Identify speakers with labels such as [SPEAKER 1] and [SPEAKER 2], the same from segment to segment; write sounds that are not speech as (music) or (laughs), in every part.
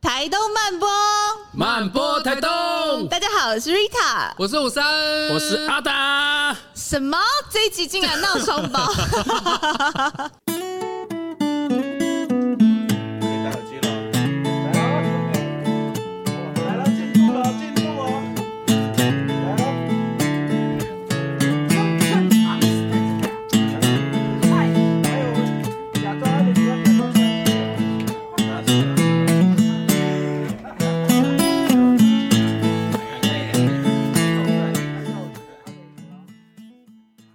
[SPEAKER 1] 台东慢播，
[SPEAKER 2] 慢播台东，
[SPEAKER 1] 大家好，我是 Rita。
[SPEAKER 2] 我是五三，
[SPEAKER 3] 我是阿达，
[SPEAKER 1] 什么？这一集竟然闹双
[SPEAKER 2] (laughs)
[SPEAKER 1] 胞？
[SPEAKER 4] 可以戴耳机了。来了，进步了，进步哦！来了。哎呦，假装一点，假装三十。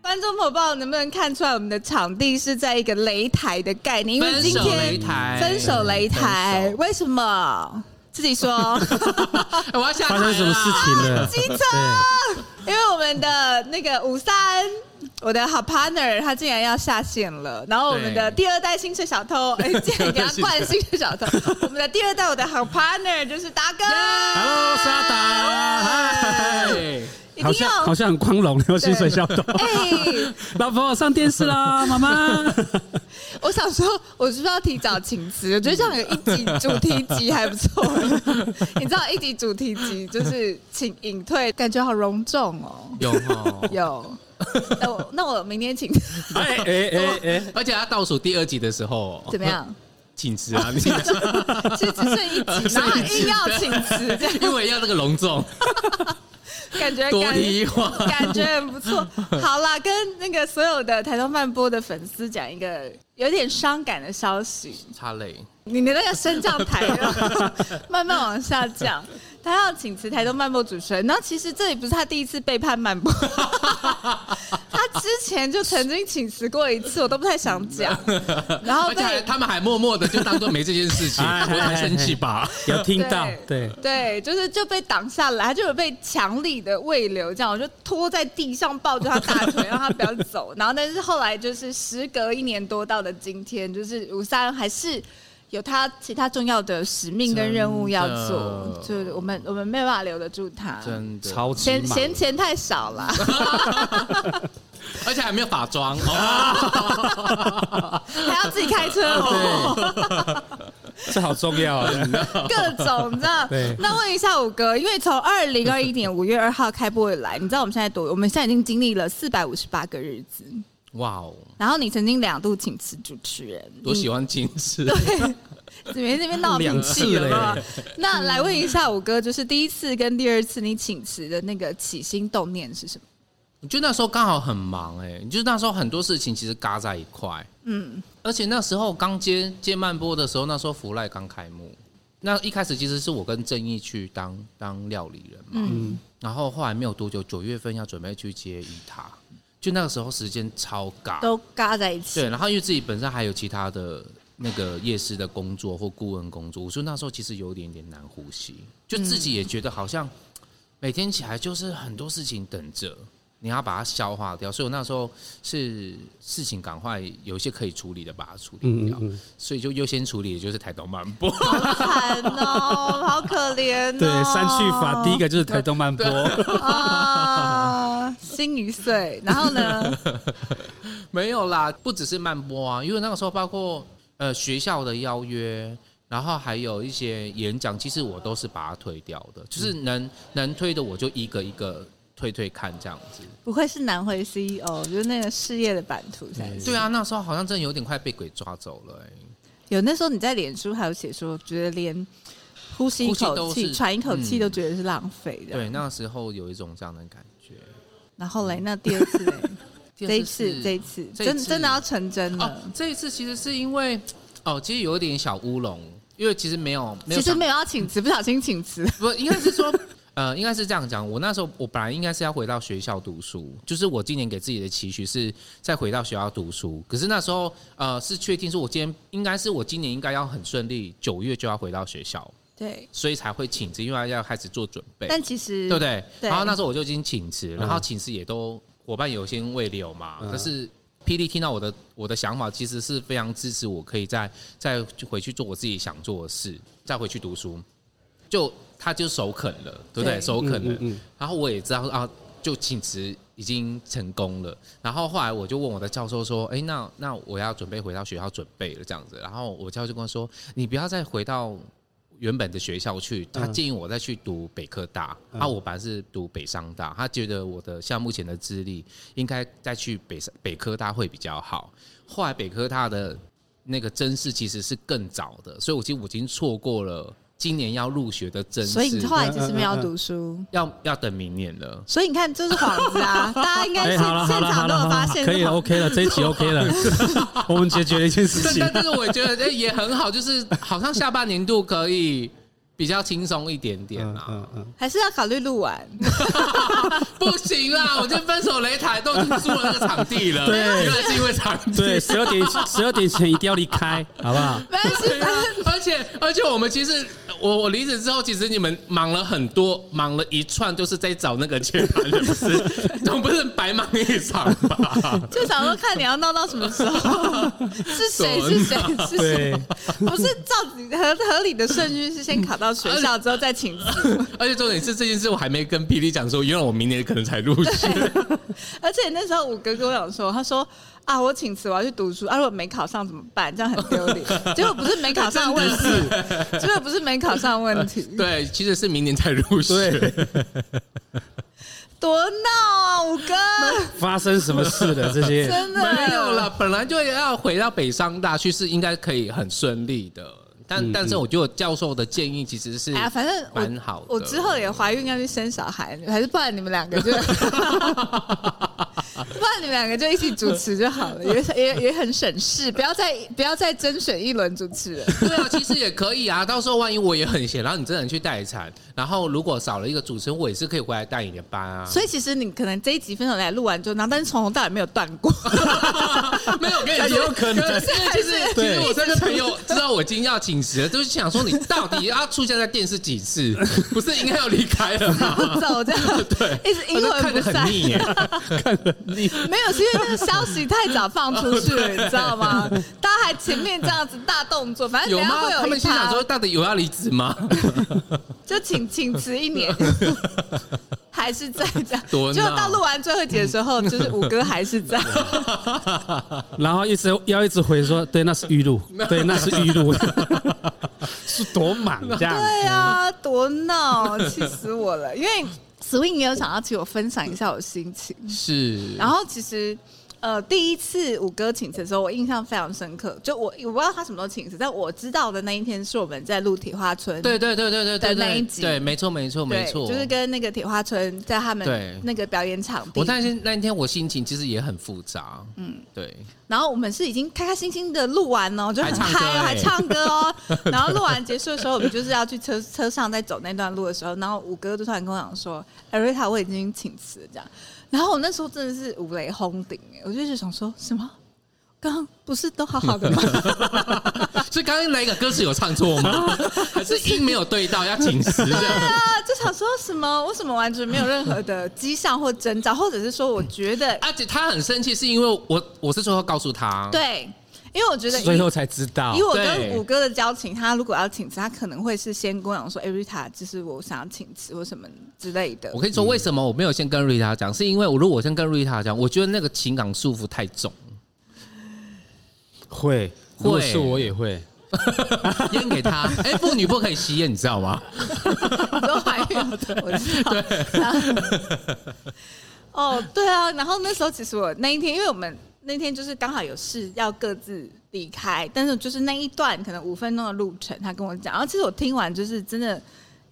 [SPEAKER 1] 观众朋友，不知道能不能看出来，我们的场地是在一个擂台的概念，因为
[SPEAKER 2] 分
[SPEAKER 1] 今
[SPEAKER 2] 手擂
[SPEAKER 1] 天
[SPEAKER 2] 台，
[SPEAKER 1] 分手擂
[SPEAKER 2] 分
[SPEAKER 1] 台
[SPEAKER 2] 手，
[SPEAKER 1] 为什么？自己
[SPEAKER 2] (laughs)
[SPEAKER 1] 说， (laughs)
[SPEAKER 2] 哎 (laughs) 我要下台
[SPEAKER 3] 发
[SPEAKER 2] 了
[SPEAKER 3] 生什么事？情了？
[SPEAKER 1] 机车，因为我们的那个五三。我的好 partner 他竟然要下线了，然后我们的第二代薪水小 (laughs) 偷，哎，竟然给他灌薪水小偷。我们的第二代我的好 partner 就是达哥
[SPEAKER 3] Hello，是阿达，嗨，
[SPEAKER 2] 哎
[SPEAKER 1] 一
[SPEAKER 3] 好
[SPEAKER 1] 定
[SPEAKER 3] 像
[SPEAKER 1] 要
[SPEAKER 3] 好像很光荣，流薪水小董，
[SPEAKER 1] 哎，
[SPEAKER 3] 老婆我上电视啦，妈妈，
[SPEAKER 1] 我想说，我是不是要提早请辞？我觉得这样有一集主题集还不错。你知道一集主题集就是请隐退，感觉好隆重哦。
[SPEAKER 2] 有哦，
[SPEAKER 1] (laughs) 有，那我那我明天请
[SPEAKER 3] 哎哎哎哎，
[SPEAKER 2] 而且他倒数第二集的时候，
[SPEAKER 1] 怎么样？
[SPEAKER 2] 请
[SPEAKER 1] (laughs)
[SPEAKER 2] 辞啊？你
[SPEAKER 1] 其实只 (laughs) 剩一集，然后还硬要请辞，这
[SPEAKER 2] 因
[SPEAKER 1] 样
[SPEAKER 2] 为要这个隆重，
[SPEAKER 1] 感觉
[SPEAKER 2] 多
[SPEAKER 1] 感
[SPEAKER 2] 提话。
[SPEAKER 1] (laughs) 感觉很不错。好啦，跟那个所有的台东漫播的粉丝讲一个有点伤感的消息。
[SPEAKER 2] 擦泪，
[SPEAKER 1] 你的那个升降台慢慢往下降。他要请辞台东漫播主持人，然后其实这也不是他第一次背叛漫播， (laughs) 他之前就曾经请辞过一次，我都不太想 (laughs) 讲。然后
[SPEAKER 2] 而且还
[SPEAKER 1] 被
[SPEAKER 2] 他们还默默的就当做没这件事情，
[SPEAKER 3] 哎
[SPEAKER 2] 不会太生气吧？
[SPEAKER 3] 有听到？对，
[SPEAKER 1] 对，就是就被挡下来，他就有被强力的喂流，这样我就拖在地上抱住他大腿，让他不要走。然后，但是后来就是时隔一年多到的今天，就是吴三还是有他其他重要的使命跟任务要做，就是我们我们没有办法留得住他，
[SPEAKER 2] 真的，
[SPEAKER 3] 哎超级
[SPEAKER 1] 嫌
[SPEAKER 3] 忙，
[SPEAKER 1] 嫌钱太少了。
[SPEAKER 2] 而且还没有法装哦，
[SPEAKER 1] 还要自己开车哦，
[SPEAKER 3] 这好重要啊！
[SPEAKER 1] 各种你知道
[SPEAKER 3] 对？
[SPEAKER 1] 那问一下五哥，因为从二零二一年五月二号开播以来，你知道我们现在多，我们现在已经经历了四百五十八个日子。
[SPEAKER 2] 哇哦，
[SPEAKER 1] 然后你曾经两度请辞主持人，
[SPEAKER 2] 多喜
[SPEAKER 1] 欢。
[SPEAKER 2] 欢矜持，
[SPEAKER 1] 你们那边闹脾
[SPEAKER 3] 两
[SPEAKER 1] 气
[SPEAKER 3] 次
[SPEAKER 1] 了吧
[SPEAKER 3] 嘞？
[SPEAKER 1] 那来问一下五哥，就是第一次跟第二次你请辞的那个起心动念是什么？
[SPEAKER 2] (laughs) 我觉得那时候刚好很忙哎、你就那时候很多事情其实嘎在一块，嗯，而且那时候刚接接慢播的时候，那时候福赖刚开幕，那一开始其实是我跟正义去当当料理人嘛，
[SPEAKER 1] 嗯
[SPEAKER 2] 然后后来没有多久，九月份要准备去接伊塔，就那个时候时间超嘎，
[SPEAKER 1] 都嘎在一起。
[SPEAKER 2] 对，然后因为自己本身还有其他的那个夜市的工作或顾问工作，所以那时候其实有一点点难呼吸，就自
[SPEAKER 3] 嗯
[SPEAKER 2] 己也觉得好像每天起来就是很多事情等着。你要把它消化掉，所以我那时候是事情赶快有一些可以处理的，把它处理
[SPEAKER 3] 嗯
[SPEAKER 2] 掉，
[SPEAKER 3] 嗯嗯，
[SPEAKER 2] 所以就优先处理，也就是台东漫播。
[SPEAKER 1] 好惨哦，好可怜哦。
[SPEAKER 3] 对，三去法第一个就是台东漫播，
[SPEAKER 1] 啊，心已碎。然后呢？
[SPEAKER 2] 没有啦，不只是漫播啊，因为那个时候包括呃学校的邀约，然后还有一些演讲，其实我都是把它推掉的，就是能能推的我就一个一个推推看这样子。
[SPEAKER 1] (laughs) 不愧是南回 CEO，就是那个事业的版图才是。
[SPEAKER 2] 对啊，那时候好像真的有点快被鬼抓走了、欸，
[SPEAKER 1] 有那时候你在脸书还有写说，觉得连呼吸一
[SPEAKER 2] 呼吸
[SPEAKER 1] 口
[SPEAKER 2] 都
[SPEAKER 1] 气、
[SPEAKER 2] 是
[SPEAKER 1] 喘一口气
[SPEAKER 2] 嗯
[SPEAKER 1] 都觉得是浪费的。
[SPEAKER 2] 对，啊那时候有一种这样的感觉。
[SPEAKER 1] 然后嘞，那第二次嘞，这一次，这一
[SPEAKER 2] 一
[SPEAKER 1] 次，
[SPEAKER 2] 这一
[SPEAKER 1] 真
[SPEAKER 2] 次
[SPEAKER 1] 真的要成真
[SPEAKER 2] 哦
[SPEAKER 1] 了。，
[SPEAKER 2] 这一次其实是因为哦，其实有一点小乌龙，因为其实没有没有
[SPEAKER 1] 其实
[SPEAKER 2] 想
[SPEAKER 1] 没有要请辞，不小心请辞。
[SPEAKER 2] 不，应该是说， (laughs) 呃，应该是这样讲。我那时候我本来应该是要回到学校读书，就是我今年给自己的期许是再回到学校读书。可是那时候，呃，是确定说我今天应该是我今年应该要很顺利，九月就要回到学校，
[SPEAKER 1] (laughs) 对，
[SPEAKER 2] 所以才会请辞，因为要开始做准备，
[SPEAKER 1] 但其实
[SPEAKER 2] 对不对？
[SPEAKER 1] 对
[SPEAKER 2] 然后那时候我就已经请辞，然后请辞也都伙伴有先未留嘛，
[SPEAKER 3] 嗯
[SPEAKER 2] 可是。霹雳听到我的我的想法，其实是非常支持我，可以再再回去做我自己想做的事，再回去读书。就他就首肯了，对不对？
[SPEAKER 1] 对
[SPEAKER 2] 首肯了，
[SPEAKER 3] 嗯嗯嗯
[SPEAKER 2] 然后我也知道啊，就请辞已经成功了。然后后来我就问我的教授说：“哎，那那我要准备回到学校准备了这样子。”然后我教授就跟我说：“你不要再回到原本的学校去，他
[SPEAKER 3] 嗯
[SPEAKER 2] 建议我再去读北科大，
[SPEAKER 3] 嗯
[SPEAKER 2] 啊，我本来是读北商大，他觉得我的像目前的资历应该再去北商北科大会比较好。后来北科大的那个真试其实是更早的，所以我其实我已经错过了今年要入学的真试，
[SPEAKER 1] 所以你后
[SPEAKER 3] 嗯
[SPEAKER 1] 来就是没有读书，
[SPEAKER 2] 要要等明年了。
[SPEAKER 1] 所以你看这是幌子 (laughs) 啊！大家应该
[SPEAKER 3] 哎，
[SPEAKER 1] 现
[SPEAKER 3] 好了好
[SPEAKER 1] 现
[SPEAKER 3] 了好
[SPEAKER 1] 场都
[SPEAKER 3] 了
[SPEAKER 1] 有
[SPEAKER 3] 好
[SPEAKER 1] 发
[SPEAKER 3] 了
[SPEAKER 1] 现，，
[SPEAKER 3] 可以
[SPEAKER 1] 是
[SPEAKER 3] 了
[SPEAKER 1] 吗
[SPEAKER 3] ，OK 了，这一集 OK 了，我们解决了一件事
[SPEAKER 2] 但
[SPEAKER 3] 情
[SPEAKER 2] 但。但是我觉得哎也很好，就是好像下半年度可以比较轻松一点点
[SPEAKER 3] 嗯
[SPEAKER 2] 啦。
[SPEAKER 3] 嗯嗯，
[SPEAKER 1] 还是要考虑录完。
[SPEAKER 2] 不行啦，我就分手擂台都已经输了那个场地了，
[SPEAKER 3] 对
[SPEAKER 2] 原来是因为场地。
[SPEAKER 3] 对，十二点十二点前一定要离开，好不好？
[SPEAKER 1] (laughs) 没关系
[SPEAKER 2] 对啊 (laughs) 而且而且我们其实我我离职之后，其实你们忙了很多，忙了一串，就是在找那个接班人，不是？总不能白忙一场吧？
[SPEAKER 1] 就想说看你要闹到什么时
[SPEAKER 3] (laughs)
[SPEAKER 1] 候，是谁是谁是谁
[SPEAKER 3] 对，
[SPEAKER 1] 不是照合合理的顺序是先考到学校之后再请辞，
[SPEAKER 2] 而且重点是这件事，我还没跟霹雳讲说，因为我明年可能才入学。
[SPEAKER 1] 而且那时候五哥跟我讲说，他说啊我请辞我要去读书，啊如果没考上怎么办？这样很丢
[SPEAKER 2] (laughs)
[SPEAKER 1] 脸。结果不是没考上的问题，结果不是没考上的问题，
[SPEAKER 2] (laughs) 对，其实是明年才入学。
[SPEAKER 1] 多闹啊五哥，
[SPEAKER 3] 发生什么事了？这些
[SPEAKER 1] 真的
[SPEAKER 2] 没有了，本来就要回到北商大去，是应该可以很顺利的。但、但是我觉得教授的建议其实是，
[SPEAKER 1] 哎呀，反正我
[SPEAKER 2] 蛮好的
[SPEAKER 1] 我之后也怀孕要去生小孩，还是不然你们两个
[SPEAKER 2] (laughs)
[SPEAKER 1] 就，不然你们两个就一起主持就好了，也也也很省事，不要再不要再甄选一轮主持人。
[SPEAKER 2] 对啊，其实也可以啊。到时候万一我也很闲，然后你真的去代产，然后如果少了一个主持人，我也是可以回来带你的班啊。
[SPEAKER 1] 所以其实你可能这一集分手来录完之后，然后但是从头到尾没有断过，
[SPEAKER 2] 没有，我跟你
[SPEAKER 3] 哎
[SPEAKER 2] 说，
[SPEAKER 3] 有可能
[SPEAKER 2] 是其实其
[SPEAKER 3] 对
[SPEAKER 2] 实我这个朋友知道我已经要请辞了，就是想说你到底要出现在电视
[SPEAKER 1] (laughs)
[SPEAKER 2] 几次？不是应该要离开了吗？
[SPEAKER 1] 不走这样，
[SPEAKER 2] (laughs) 对，
[SPEAKER 1] 一直阴
[SPEAKER 2] 我就
[SPEAKER 1] 魂
[SPEAKER 2] 看
[SPEAKER 1] 不
[SPEAKER 2] 得
[SPEAKER 1] 散
[SPEAKER 2] 很。腻
[SPEAKER 1] (laughs)
[SPEAKER 2] 耶。
[SPEAKER 3] 你
[SPEAKER 1] 没有，是因为那个消息太早放出
[SPEAKER 2] (laughs)
[SPEAKER 1] 去了，你知道吗？大家还前面这样子大动作，反正
[SPEAKER 2] 有
[SPEAKER 1] 等一下
[SPEAKER 2] 吗
[SPEAKER 1] 会？
[SPEAKER 2] 他
[SPEAKER 1] 有
[SPEAKER 2] 们
[SPEAKER 1] 一
[SPEAKER 2] 心想
[SPEAKER 1] 趴
[SPEAKER 2] 说，到底有要离职
[SPEAKER 1] (laughs)
[SPEAKER 2] 吗？
[SPEAKER 1] 就请请辞一
[SPEAKER 2] (laughs)
[SPEAKER 1] 年，还是在这样。
[SPEAKER 2] 多闹
[SPEAKER 1] 结果到录完最后一集的时候，就是五哥还是
[SPEAKER 2] (laughs)
[SPEAKER 1] 在。
[SPEAKER 3] 然后一直要一直回说，对，那是预录，对，那是预录，是多满这样。
[SPEAKER 1] 对啊，多闹，气死我了！因为 Swing 也有想要请我分享一下我心情，
[SPEAKER 2] 是，
[SPEAKER 1] 然后其实。呃，第一次五哥请辞的时候，我印象非常深刻。就我我不知道他什么时候请辞，但我知道的那一天是我们在录铁花村，
[SPEAKER 2] 对对对对对
[SPEAKER 1] 的
[SPEAKER 2] 对
[SPEAKER 1] 那一
[SPEAKER 2] 对，
[SPEAKER 1] 集
[SPEAKER 2] 对，没错没错
[SPEAKER 1] 对
[SPEAKER 2] 没错，
[SPEAKER 1] 就是跟那个铁花村在他
[SPEAKER 2] 对
[SPEAKER 1] 们那个表演场地。
[SPEAKER 2] 我那天那一天我心情其实也很复杂，嗯，对，
[SPEAKER 1] 然后我们是已经开开心心的录完哦，就很
[SPEAKER 2] 还唱歌
[SPEAKER 1] 嗨哦，
[SPEAKER 2] 欸
[SPEAKER 1] 还唱歌哦。 (laughs) 然后录完结束的时候，我们就是要去车车上在走那段路的时候，然后五哥就突然跟我讲说：“艾瑞塔，我已经请辞了。”这样。然后我那时候真的是五雷轰顶欸，我就是想说什么。刚刚不是都好好的吗？
[SPEAKER 2] 所以刚刚那个歌词有唱错
[SPEAKER 1] (laughs)
[SPEAKER 2] 吗？还是音没有对到，要紧实的？
[SPEAKER 1] 啊，就想说什么？为什么完全没有任何的迹象或征兆，或者是说，我觉得
[SPEAKER 3] 嗯
[SPEAKER 2] 而且他很生气，是因为我我是最后告诉他，，
[SPEAKER 1] 对，因为我觉得
[SPEAKER 3] 最
[SPEAKER 1] 以
[SPEAKER 3] 后才知道
[SPEAKER 1] 以，我跟
[SPEAKER 2] 对
[SPEAKER 1] 五哥的交情，他如果要请辞，他可能会是先跟我讲说：“哎、瑞塔，就是我想要请辞或什么之类的
[SPEAKER 2] 我。跟你说为什么我没有先跟瑞塔讲，是因为我如果我先跟瑞塔讲，我觉得那个情感束缚太重，
[SPEAKER 3] 会，如果是我也会，
[SPEAKER 2] 烟
[SPEAKER 1] (laughs)
[SPEAKER 2] 给他，哎、妇女不可以吸烟，你知道吗？”
[SPEAKER 1] 你都怀孕，我知道。然后哦，对啊，然后那时候其实我那一天，因为我们那天就是刚好有事要各自离开，但是就是那一段可能五分钟的路程，他跟我讲，然哦后其实我听完就是真的。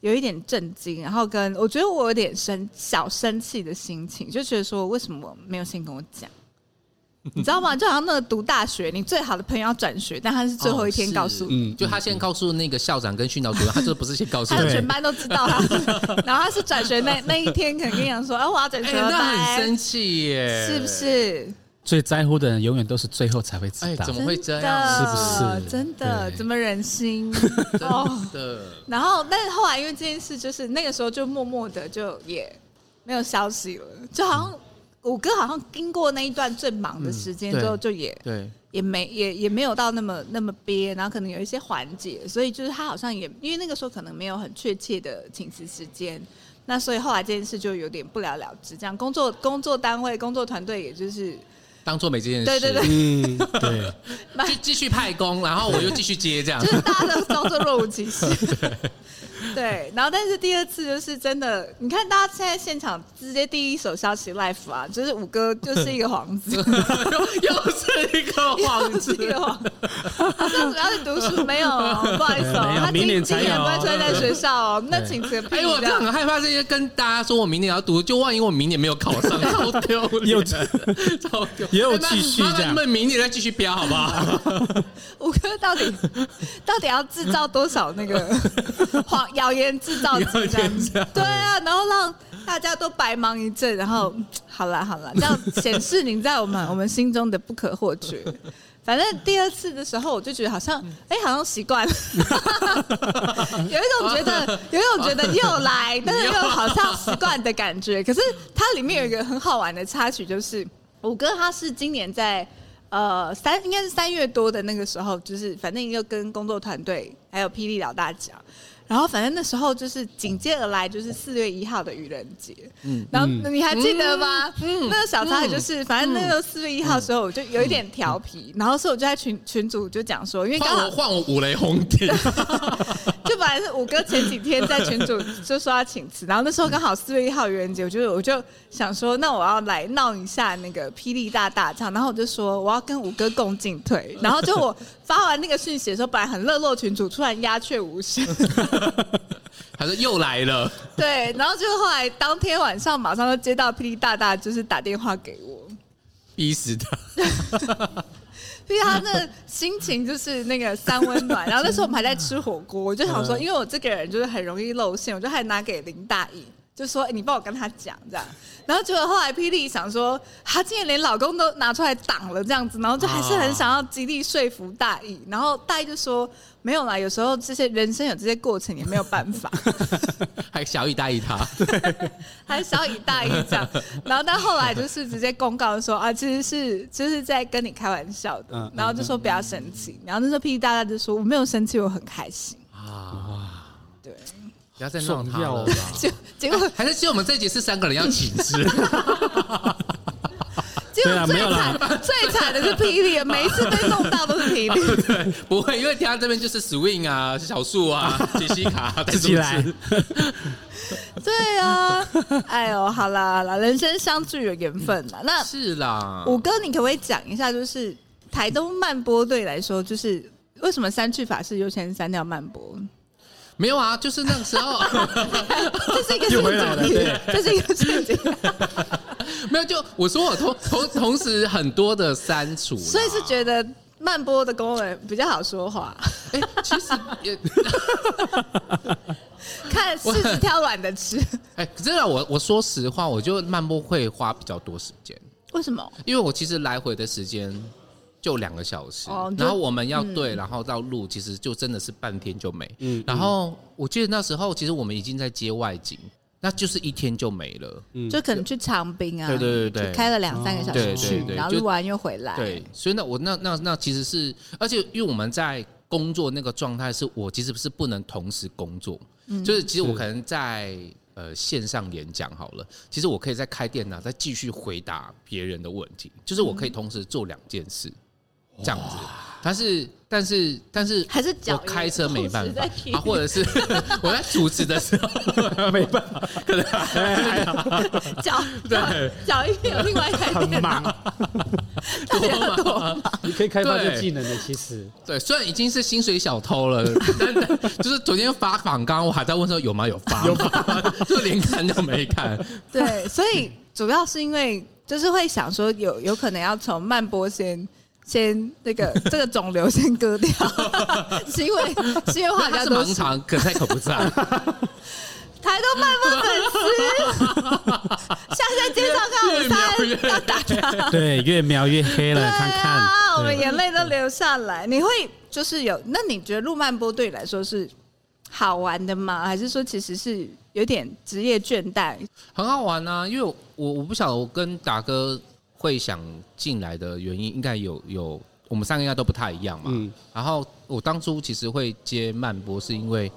[SPEAKER 1] 有一点震惊，然后跟我觉得我有点生小生气的心情，就觉得说为什么我没有先跟我讲，你知道吗？就好像那个读大学，你最好的朋友要转学，但他哦是最后一天告诉你。
[SPEAKER 2] 嗯，就他先告诉那个校长跟训导主任，他就不是先告诉
[SPEAKER 1] (laughs)
[SPEAKER 2] 哎
[SPEAKER 1] 还有
[SPEAKER 2] 我。
[SPEAKER 1] 全班都知
[SPEAKER 3] (laughs)
[SPEAKER 1] 道他，然后他是转学那那一天，可能跟你讲说，啊，我要转
[SPEAKER 2] 哎、
[SPEAKER 1] 学了，
[SPEAKER 2] 那很
[SPEAKER 1] 拜，
[SPEAKER 2] 生气耶，
[SPEAKER 1] 是不？是？
[SPEAKER 3] 最在乎的人永远都是最后才会
[SPEAKER 2] 哎、
[SPEAKER 3] 知道
[SPEAKER 2] 怎。么
[SPEAKER 1] 真
[SPEAKER 2] 会
[SPEAKER 1] 的
[SPEAKER 2] 这样？
[SPEAKER 3] 是不是
[SPEAKER 1] 真的
[SPEAKER 3] 对
[SPEAKER 1] 怎么忍
[SPEAKER 2] (laughs)
[SPEAKER 1] 心？哦，
[SPEAKER 2] 真的，
[SPEAKER 1] 然后但是后来因为这件事，就是那个时候就默默的就也没有消息了，就好像五哥好像经过那一段最忙的时间之后，
[SPEAKER 2] 嗯对
[SPEAKER 1] 就也
[SPEAKER 2] 对，
[SPEAKER 1] 也没也也没有到那么那么憋，然后可能有一些缓解，所以就是他好像也因为那个时候可能没有很确切的请辞时间，那所以后来这件事就有点不了了之。这样工作工作单位工作团队也就是
[SPEAKER 2] 当做没这件事，
[SPEAKER 1] 对对对，
[SPEAKER 3] 嗯， (laughs) 对，
[SPEAKER 2] 就继续派工，然后我又继续接这
[SPEAKER 1] (laughs)
[SPEAKER 2] 样
[SPEAKER 1] 就。是大家都装作若无其 (laughs) 事。对，然后但是第二次就是真的，你看大家现在现场直接第一手消息 live 啊，就是五哥就是一个幌子，
[SPEAKER 2] (laughs) 又是一个幌
[SPEAKER 1] 就是 (laughs)
[SPEAKER 2] 子
[SPEAKER 1] 一，个幌子。他说主要是读书
[SPEAKER 3] (laughs)
[SPEAKER 1] 没有哦，不好意思
[SPEAKER 3] 没
[SPEAKER 1] 哦，
[SPEAKER 3] 有
[SPEAKER 1] 他今
[SPEAKER 3] 明年
[SPEAKER 1] 今
[SPEAKER 3] 才
[SPEAKER 1] 年
[SPEAKER 3] 有
[SPEAKER 1] 不会出现在学校哦，那
[SPEAKER 3] 对
[SPEAKER 1] 请辞
[SPEAKER 2] 哎、
[SPEAKER 1] 屁
[SPEAKER 2] 我
[SPEAKER 1] 这
[SPEAKER 2] 真的
[SPEAKER 1] 样。
[SPEAKER 2] 很害怕这些跟大家说我明年要读，就万一我明年没有考上，
[SPEAKER 3] (laughs)
[SPEAKER 2] 超丢
[SPEAKER 3] 又
[SPEAKER 2] 脸， (laughs) 超丢脸。
[SPEAKER 3] 也有
[SPEAKER 2] 哎那
[SPEAKER 3] 继续
[SPEAKER 2] 麻
[SPEAKER 3] 这
[SPEAKER 2] 烦
[SPEAKER 3] 样
[SPEAKER 2] 你们明年再继续标好不
[SPEAKER 3] (laughs)
[SPEAKER 2] 好？
[SPEAKER 1] 五哥到底到底要制造多少那
[SPEAKER 3] (laughs)
[SPEAKER 1] 个谎谣言制造机这样子？对啊，然后让大家都白忙一阵，然后嗯好啦好
[SPEAKER 3] (laughs)
[SPEAKER 1] 啦，这样显示您在我们我们心中的不可或缺。反正第二次的时候，我就觉得好像，哎、好像习惯了，有一种觉得， (laughs) 有一种觉得又来，但是又好像习惯的感觉。可是它里面有一个很好玩的插曲，就是五哥他是今年在呃三应该是三月多的那个时候，就是反正又跟工作团队还有霹雳老大讲，然后反正那时候就是紧接而来就是四月一号的愚人节，嗯，然后你还记得吗？嗯，那个小插曲就是，反正那时候四月一号的时候，我就有一点调皮，然后所以我就在群群组就讲说，因为刚
[SPEAKER 2] 换
[SPEAKER 1] 好
[SPEAKER 2] 我换我五雷轰顶，
[SPEAKER 1] 就本来是五哥前几天在群主就说要请辞，然后那时候刚好四月一号愚人节，我就我就想说，那我要来闹一下那个霹雳大大唱，然后我就说我要跟五哥共进退，然后就我发完那个讯息的时候，本来很热络群主突然鸦雀无声，
[SPEAKER 2] 他说又来了，
[SPEAKER 1] 对，然后就后来当天晚上马上就接到霹雳大大就是打电话给我，
[SPEAKER 2] 逼死他。
[SPEAKER 1] 因为他那心情就是那个三温暖，然后那时候我们还在吃火锅，我就想说，因为我这个人就是很容易露馅，我就还拿给林大义，就说、欸你帮我跟他讲这样，然后结果后来霹雳想说，她竟然连老公都拿出来挡了这样子，然后就还是很想要极力说服大义，然后大义就说没有啦，有时候这些人生有这些过程也没有办法，
[SPEAKER 2] 还小以大以
[SPEAKER 3] (laughs)
[SPEAKER 2] 他，
[SPEAKER 1] 还小以大义这样，然后但后来就是直接公告说啊，其实是就是在跟你开玩笑
[SPEAKER 3] 嗯
[SPEAKER 1] 的，然后就说不要生气，然后那时候屁屁大大就说我没有生气，我很开心，
[SPEAKER 2] 啊，
[SPEAKER 1] 对，
[SPEAKER 2] 不要再闹他了吧
[SPEAKER 3] 重要。
[SPEAKER 1] 结结果
[SPEAKER 3] 啊
[SPEAKER 2] 还是其实我们这一集是三个人要请
[SPEAKER 3] (laughs)
[SPEAKER 2] 吃，
[SPEAKER 1] 结
[SPEAKER 3] 对啊
[SPEAKER 1] 果
[SPEAKER 3] 没
[SPEAKER 1] 最
[SPEAKER 3] 有啦
[SPEAKER 1] 惨
[SPEAKER 3] (laughs)
[SPEAKER 1] 最惨的是霹雳，每一次被弄到都是霹雳， (laughs)
[SPEAKER 2] 不会，因为听到这边就是 swing 啊、小树啊、杰西卡，
[SPEAKER 3] 自己来，
[SPEAKER 1] 对啊，哎呦，好啦好啦，人生相聚有缘分啦。那
[SPEAKER 2] 是
[SPEAKER 3] 嗯
[SPEAKER 2] 啦，
[SPEAKER 1] 五哥，你可不可以讲一下，就是台东慢波队来说，就是为什么三去法是优先删掉慢
[SPEAKER 3] (laughs)
[SPEAKER 1] 波？
[SPEAKER 2] 没有啊，就是那个时候 (laughs)
[SPEAKER 1] 这是一个陷
[SPEAKER 3] 又回来了
[SPEAKER 1] 阱题，这是一个陷阱。
[SPEAKER 2] 没有，就我说我同 (laughs) 同同时很多的删除啦，
[SPEAKER 1] 所以是觉得慢播的公文比较好说
[SPEAKER 2] (laughs)
[SPEAKER 1] 话，
[SPEAKER 2] 哎、其实也 (laughs)
[SPEAKER 1] 看柿子挑软的吃。
[SPEAKER 2] 哎，真的，我我说实话，我就漫步会花比较多时间，
[SPEAKER 1] (laughs) 为什么？
[SPEAKER 2] 因为我其实来回的时间就两个小时，
[SPEAKER 1] 哦就
[SPEAKER 2] 然后我们要对，然后到路其实就真的是半天就没。
[SPEAKER 3] (laughs) 嗯
[SPEAKER 2] 然后我记得那时候其实我们已经在接外景，那就是一天就没了。
[SPEAKER 1] 就可能去长滨啊，
[SPEAKER 2] 嗯对对对对
[SPEAKER 1] 就开了两三个小时
[SPEAKER 2] 对对
[SPEAKER 1] 去，
[SPEAKER 2] 对
[SPEAKER 1] 然后
[SPEAKER 2] 就
[SPEAKER 1] 录完又回来。
[SPEAKER 2] 对，所以那我那那那其实是，而且因为我们在工作那个状态，是我其实是不能同时工作，
[SPEAKER 1] 嗯
[SPEAKER 2] 就是其实我可能在呃线上演讲好了，其实我可以再开电脑再继续回答别人的问题，就是我可以同时做两件事，
[SPEAKER 1] 嗯
[SPEAKER 2] 这样子。但是但是但是
[SPEAKER 1] 还是
[SPEAKER 2] 我
[SPEAKER 1] 脚
[SPEAKER 2] 开车没办法
[SPEAKER 1] 同时在
[SPEAKER 2] 啊，或者是 (laughs) 我在主持的时候，
[SPEAKER 3] 没办法，
[SPEAKER 1] 哎
[SPEAKER 2] (laughs)
[SPEAKER 1] (laughs) 脚脚脚一边有另外一台电脑，到底要多忙
[SPEAKER 3] 你可以开发这
[SPEAKER 2] 对
[SPEAKER 3] 技能的，其实
[SPEAKER 2] 对，虽然已经是薪水小偷了， (laughs) 但但就是昨天发访刚，我还在问说有吗？有发吗有发，就连看都没看。
[SPEAKER 1] 对，所以主要是因为就是会想说有有可能要从慢波先。先那个这个肿瘤先割掉， (laughs) 是因为是因为话比
[SPEAKER 2] (laughs) 他
[SPEAKER 1] 较
[SPEAKER 2] 是
[SPEAKER 1] 多
[SPEAKER 2] 盲。肠，可菜可不菜。
[SPEAKER 1] 台东漫步粉丝，下次在街上看午
[SPEAKER 2] (laughs)
[SPEAKER 1] 餐
[SPEAKER 2] 越描越
[SPEAKER 1] 要打他。
[SPEAKER 3] (laughs) 对，越描越黑
[SPEAKER 1] 对
[SPEAKER 3] 了，看
[SPEAKER 1] 啊，我
[SPEAKER 3] 看，
[SPEAKER 1] 们
[SPEAKER 3] 对
[SPEAKER 1] 眼泪都流下来。你会就是有？那你觉得路漫波对你来说是好玩的吗？还是说其实是有点职业倦怠？
[SPEAKER 2] 很好玩啊，因为我我我不晓得我跟达哥会想进来的原因，应该有有我嗯们三个应该都不太一样嘛。
[SPEAKER 3] 嗯
[SPEAKER 2] 然后我当初其实会接慢播，是因为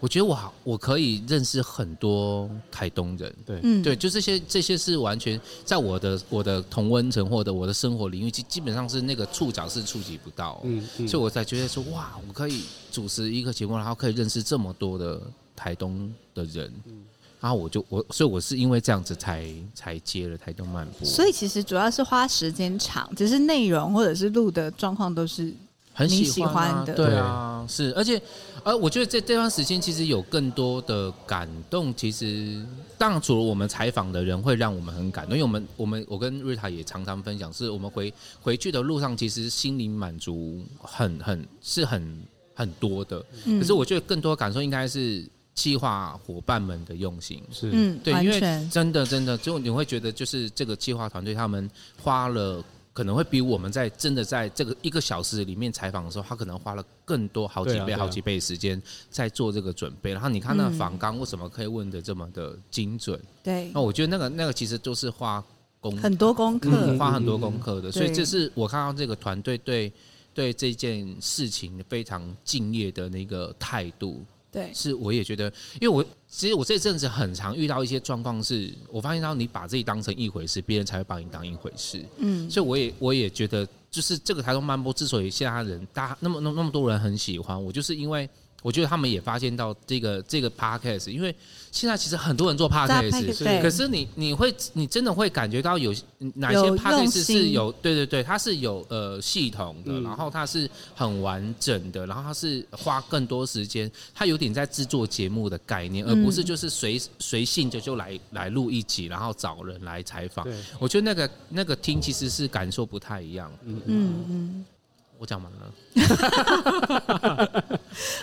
[SPEAKER 2] 我觉得我好，我可以认识很多台东人。
[SPEAKER 3] 对，
[SPEAKER 1] 嗯，
[SPEAKER 2] 对，就这些，这些是完全在我的我的同温层或者我的生活领域，基基本上是那个触角是触及不到、哦
[SPEAKER 3] 嗯嗯
[SPEAKER 2] 所以我才觉得说，哇，我可以主持一个节目，然后可以认识这么多的台东的人，
[SPEAKER 3] 嗯
[SPEAKER 2] 然后我就我，所以我是因为这样子才才接了台东漫播，
[SPEAKER 1] 所以其实主要是花时间长，只是内容或者是录的状况都是
[SPEAKER 2] 很
[SPEAKER 1] 你
[SPEAKER 2] 喜欢,、啊、
[SPEAKER 1] 喜欢的
[SPEAKER 2] 对啊，是，而且，呃，我觉得在这段时间其实有更多的感动。其实，当然除了我们采访的人会让我们很感动，因为我们我们我跟瑞塔也常常分享，是我们回回去的路上，其实心灵满足很很是很很多的。
[SPEAKER 1] 嗯
[SPEAKER 2] 可是我觉得更多的感受应该是计划伙伴们的用心。
[SPEAKER 3] 是，
[SPEAKER 1] 嗯，
[SPEAKER 2] 对，
[SPEAKER 1] 完
[SPEAKER 2] 因为
[SPEAKER 1] 全
[SPEAKER 2] 真的真的，就你会觉得就是这个计划团队他们花了。可能会比我们在真的在这个一个小时里面采访的时候，他可能花了更多好几
[SPEAKER 3] 对啊
[SPEAKER 2] 倍、
[SPEAKER 3] 对啊
[SPEAKER 2] 好几倍时间在做这个准备。然后你看那个
[SPEAKER 1] 嗯
[SPEAKER 2] 访纲为什么可以问的这么的精准？
[SPEAKER 1] 对
[SPEAKER 2] 那我觉得那个那个其实都是花功
[SPEAKER 1] 嗯很多功课。
[SPEAKER 2] 嗯，花很多功课的，所以
[SPEAKER 1] 对
[SPEAKER 2] 这是我看到这个团队对对这件事情非常敬业的那个态度，
[SPEAKER 1] 对，
[SPEAKER 2] 是我也觉得，因为我其实我这阵子很常遇到一些状况，是我发现到你把自己当成一回事，别人才会把你当一回事，
[SPEAKER 1] 嗯，
[SPEAKER 2] 所以我也我也觉得，就是这个台东漫播之所以现在人大那么那么那么多人很喜欢我，就是因为。我觉得他们也发现到这个这个 podcast，因为现在其实很多人做 podcast，
[SPEAKER 1] podcast，对
[SPEAKER 2] 可是你你会你真的会感觉到有哪些
[SPEAKER 1] 有
[SPEAKER 2] podcast
[SPEAKER 1] 用
[SPEAKER 2] 是
[SPEAKER 1] 心
[SPEAKER 2] 有对对对，它是有呃系统的，
[SPEAKER 3] 嗯
[SPEAKER 2] 然后它是很完整的，然后它是花更多时间，它有点在制作节目的概念，而
[SPEAKER 1] 嗯
[SPEAKER 2] 不是就是随随性就就来来录一集，然后找人来采访。
[SPEAKER 3] 对，
[SPEAKER 2] 我觉得那个那个听其实是感受不太一样。
[SPEAKER 3] 嗯
[SPEAKER 1] 嗯嗯，
[SPEAKER 2] 我讲完了，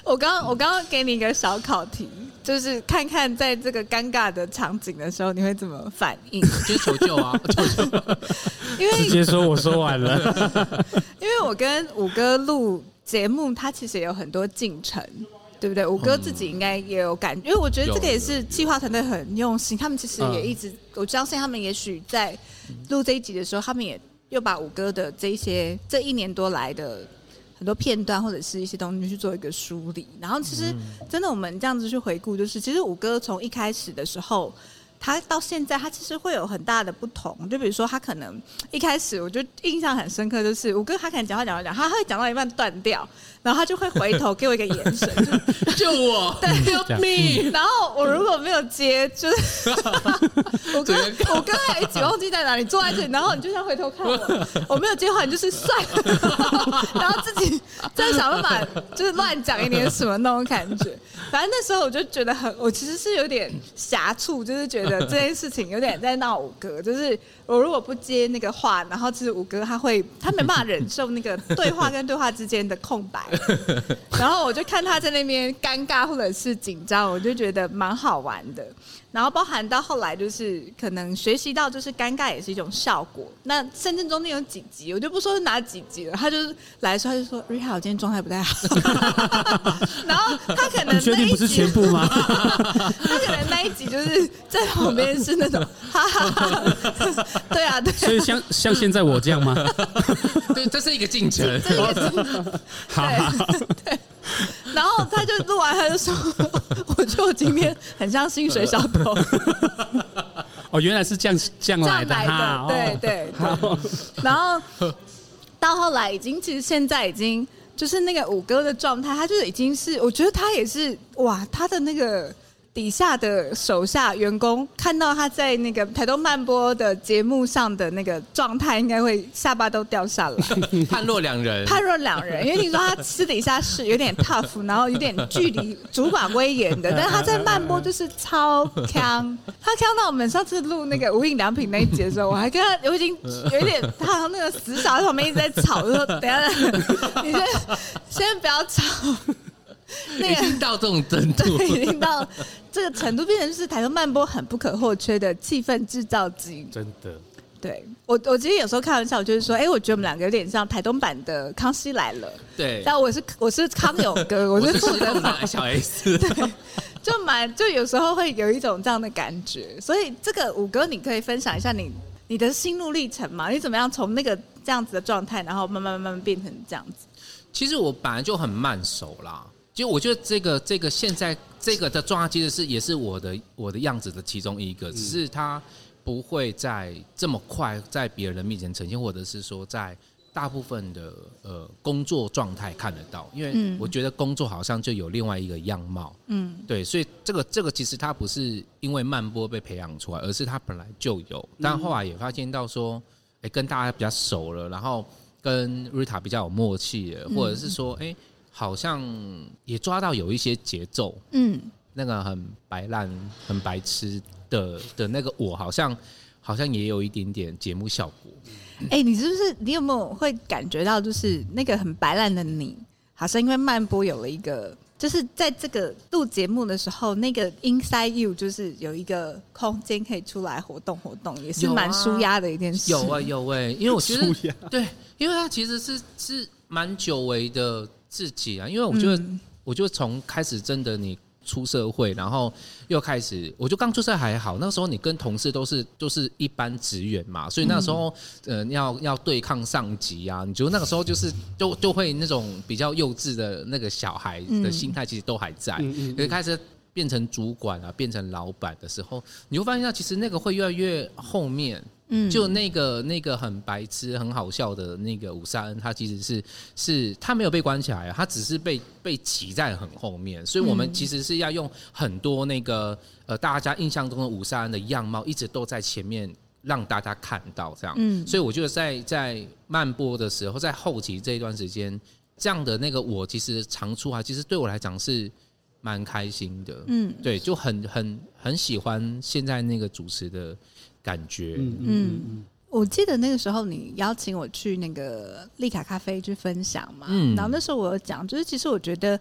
[SPEAKER 1] 我刚刚我刚刚给你一个小考题，就是看看在这个尴尬的场景的时候，你会怎么反应？
[SPEAKER 2] 就是求救啊，求救
[SPEAKER 1] 因为
[SPEAKER 3] 直接说我说完
[SPEAKER 1] (laughs)
[SPEAKER 3] 了，
[SPEAKER 1] 因为我跟五哥录节目，他其实也有很多进程，对不对？五哥自己应该也有感，因为我觉得这个也是计划团队很用心，他们其实也一直，我相信他们也许在录这一集的时候，他们也又把五哥的这一些这一年多来的。很多片段或者是一些东西去做一个梳理，然后其实真的我们这样子去回顾，就是其实五哥从一开始的时候，他到现在，他其实会有很大的不同。就比如说，他可能一开始我就印象很深刻，就是我跟他可能讲话讲话讲，他会讲到一半断掉，然后他就会回头给我一个眼神， (laughs) 就
[SPEAKER 2] 救我！
[SPEAKER 1] 对
[SPEAKER 3] 嗯这
[SPEAKER 1] help
[SPEAKER 3] 样
[SPEAKER 1] me。然后我如果没有接，就是
[SPEAKER 3] (laughs)
[SPEAKER 1] 我跟我跟他一起忘记在哪里坐在这里，然后你就像回头看我，我没有接话，你就是算
[SPEAKER 3] (laughs)
[SPEAKER 1] 了，然后自己在想办法就是乱讲一点什么那种感觉。反正那时候我就觉得很，我其实是有点狭促，就是觉得这件事情有点在闹五哥，就是我如果不接那个话，然后其实五哥他会他没办法忍受那个对话跟对话之间的空白。然后我就看他在那边尴尬或者是紧张，我就觉得蛮好玩的。然后包含到后来就是可能学习到就是尴尬也是一种效果。那甚至中间有几集，我就不说是哪几集了，他就是来的时候他就说 Rita 我今天状态不
[SPEAKER 3] (laughs)
[SPEAKER 1] 太好，然后他可能
[SPEAKER 3] 你确
[SPEAKER 1] 那
[SPEAKER 3] 定
[SPEAKER 1] 一
[SPEAKER 3] 不是
[SPEAKER 1] 集
[SPEAKER 3] 全部吗？
[SPEAKER 1] 他可能那一集就是在旁边是那种哈哈哈哈，对啊对啊
[SPEAKER 3] 所以像像现在我这
[SPEAKER 1] (laughs)
[SPEAKER 3] 样吗？
[SPEAKER 2] 对，这是一个进程。
[SPEAKER 1] 这个是对 (laughs) 对。然后他就录完，他就说：“ (laughs) 我觉得我今天很像薪水小
[SPEAKER 3] (laughs)
[SPEAKER 1] 偷，
[SPEAKER 3] 哦，原来是这样这样
[SPEAKER 1] 这
[SPEAKER 3] 来
[SPEAKER 1] 样
[SPEAKER 3] 的哦
[SPEAKER 1] 来
[SPEAKER 3] 哈哦
[SPEAKER 1] 的。”，对对对。然后到后来，已经其实现在已经就是那个五哥的状态，他就是已经是，我觉得他也是哇，他的那个。底下的手下员工看到他在那个台东漫播的节目上的那个状态，应该会下巴都掉下来。
[SPEAKER 2] 判若两
[SPEAKER 1] (laughs)
[SPEAKER 2] 人，
[SPEAKER 1] 判若两人，因为你说他私底下是有点 tough，然后有点距离主管威严 (laughs) 的，但是他在漫播就是超 (laughs) 强。他看到我们上次录那个无印良品那一集的时候，我还跟他我已经有一点，他好像那个死傻在旁边一直在吵，就说等一 (laughs) 下，你先先不要吵。 (laughs) 那
[SPEAKER 2] 已
[SPEAKER 1] 个
[SPEAKER 2] 经到这种程度，
[SPEAKER 1] (laughs) 对，已经到这个程度，变成就是台湾漫播很不可或缺的气氛制造机。
[SPEAKER 3] 真的，
[SPEAKER 1] 对我，我其实有时候开玩笑，我就是说，哎、我觉得我们两个有点像台东版的《康熙来了》。
[SPEAKER 2] 对，
[SPEAKER 1] 但我是我是康永
[SPEAKER 2] (laughs)
[SPEAKER 1] 哥，我
[SPEAKER 2] 我
[SPEAKER 1] 是
[SPEAKER 2] 是
[SPEAKER 1] 负
[SPEAKER 2] 负
[SPEAKER 1] 责
[SPEAKER 2] 责打小 S，
[SPEAKER 1] (laughs) 就蛮就有时候会有一种这样的感觉，所以这个五哥，你可以分享一下你你的心路历程嘛？你怎么样从那个这样子的状态，然后慢慢慢慢变成这样子？
[SPEAKER 2] 其实我本来就很慢熟啦，就我觉得这个这个现在这个的状态其实是也是我的我的样子的其中一个，只是它不会在这么快在别人面前呈现，或者是说在大部分的呃工作状态看得到，因为
[SPEAKER 1] 嗯
[SPEAKER 2] 我觉得工作好像就有另外一个样貌，
[SPEAKER 1] 嗯
[SPEAKER 2] 对，所以这个这个其实它不是因为慢波被培养出来，而是它本来就有，但后来也发现到说，哎、跟大家比较熟了，然后跟 Rita 比较有默契了，或者是说，哎、好像也抓到有一些节奏，
[SPEAKER 1] 嗯，
[SPEAKER 2] 那个很白烂、很白痴的的那个我，好像好像也有一点点节目效果。
[SPEAKER 1] 哎、你是不是你有没有会感觉到，就是那个很白烂的你，好像因为慢播有了一个，就是在这个录节目的时候，那个 inside you 就是有一个空间可以出来活动活动，也是
[SPEAKER 2] 有啊
[SPEAKER 1] 蛮舒压的一件事。
[SPEAKER 2] 有哎、有哎、因为我觉
[SPEAKER 3] 舒压
[SPEAKER 2] 得对，因为他其实是是蛮久违的自己啊，因为我觉得、
[SPEAKER 3] 嗯
[SPEAKER 2] 我就从开始真的你出社会，然后又开始，我就刚出社还好，那时候你跟同事都是都是一般职员嘛，所以那时候、
[SPEAKER 3] 嗯
[SPEAKER 2] 呃要要对抗上级啊，你觉得那个时候就是就就会那种比较幼稚的那个小孩的
[SPEAKER 1] 嗯
[SPEAKER 2] 心态，其实都还在，
[SPEAKER 3] 嗯嗯
[SPEAKER 2] 可是开始变成主管啊，变成老板的时候，你会发现到其实那个会越来越后面。
[SPEAKER 1] 嗯
[SPEAKER 2] 就那个那个很白痴、很好笑的那个五三，他其实是是他没有被关起来啊，他只是被被挤在很后面，所以我们
[SPEAKER 1] 嗯
[SPEAKER 2] 其实是要用很多那个呃大家印象中的五三的样貌，一直都在前面让大家看到这样。
[SPEAKER 1] 嗯
[SPEAKER 2] 所以我觉得在在慢播的时候，在后期这一段时间，这样的那个我其实常出啊，其实对我来讲是蛮开心的。
[SPEAKER 1] 嗯
[SPEAKER 2] 对，就很很很喜欢现在那个主持的感觉。
[SPEAKER 3] 嗯嗯
[SPEAKER 1] 嗯
[SPEAKER 3] 嗯
[SPEAKER 1] 我记得那个时候你邀请我去那个丽卡咖啡去分享嘛，
[SPEAKER 2] 嗯
[SPEAKER 1] 然后那时候我有讲，就是其实我觉得，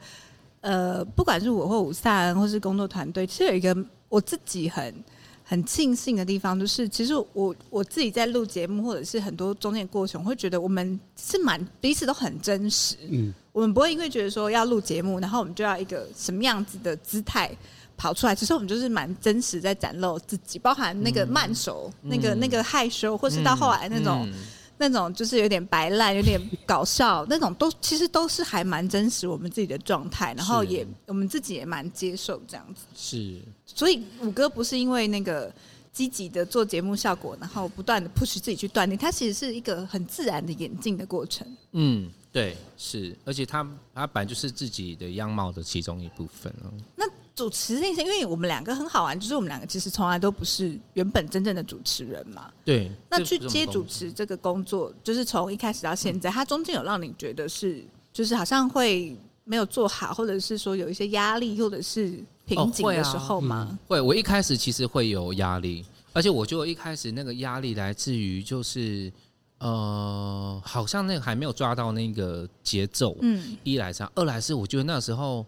[SPEAKER 1] 呃，不管是我或武萨恩，或是工作团队，其实有一个我自己很很庆幸的地方，就是其实我我自己在录节目或者是很多中间的过程，我会觉得我们是蛮彼此都很真实，
[SPEAKER 3] 嗯
[SPEAKER 1] 我们不会因为觉得说要录节目，然后我们就要一个什么样子的姿态跑出来。其实我们就是蛮真实在展露自己，包含
[SPEAKER 2] 嗯
[SPEAKER 1] 那个慢熟、那个那个害羞，或是到后来那种、
[SPEAKER 2] 嗯
[SPEAKER 1] 那种就是有点白烂、有点搞笑那种都，其实都是还蛮真实我们自己的状态，然后
[SPEAKER 2] 是
[SPEAKER 1] 也我们自己也蛮接受这样子。
[SPEAKER 2] 是
[SPEAKER 1] 所以五哥不是因为那个积极的做节目效果，然后不断的 push 自己去锻炼，它其实是一个很自然的演进的过程。
[SPEAKER 2] 嗯对是，而且他他本来就是自己的样貌的其中一部分哦。
[SPEAKER 1] 那主持那些，因为我们两个很好玩，就是我们两个其实从来都不是原本真正的主持人嘛。
[SPEAKER 2] 对，
[SPEAKER 1] 那
[SPEAKER 2] 这
[SPEAKER 1] 去
[SPEAKER 2] 不是
[SPEAKER 1] 接
[SPEAKER 2] 我们
[SPEAKER 1] 主
[SPEAKER 2] 公司
[SPEAKER 1] 持这个工作，就是从一开始到现在，它中间有让你觉得是，就是好像会没有做好，或者是说有一些压力，或者是瓶颈
[SPEAKER 2] 哦会啊
[SPEAKER 1] 的时候吗？
[SPEAKER 2] 会，我一开始其实会有压力，而且我觉得我一开始那个压力来自于就是呃，好像那个还没有抓到那个节奏，
[SPEAKER 1] 嗯
[SPEAKER 2] 一来是这样，二来是我觉得那时候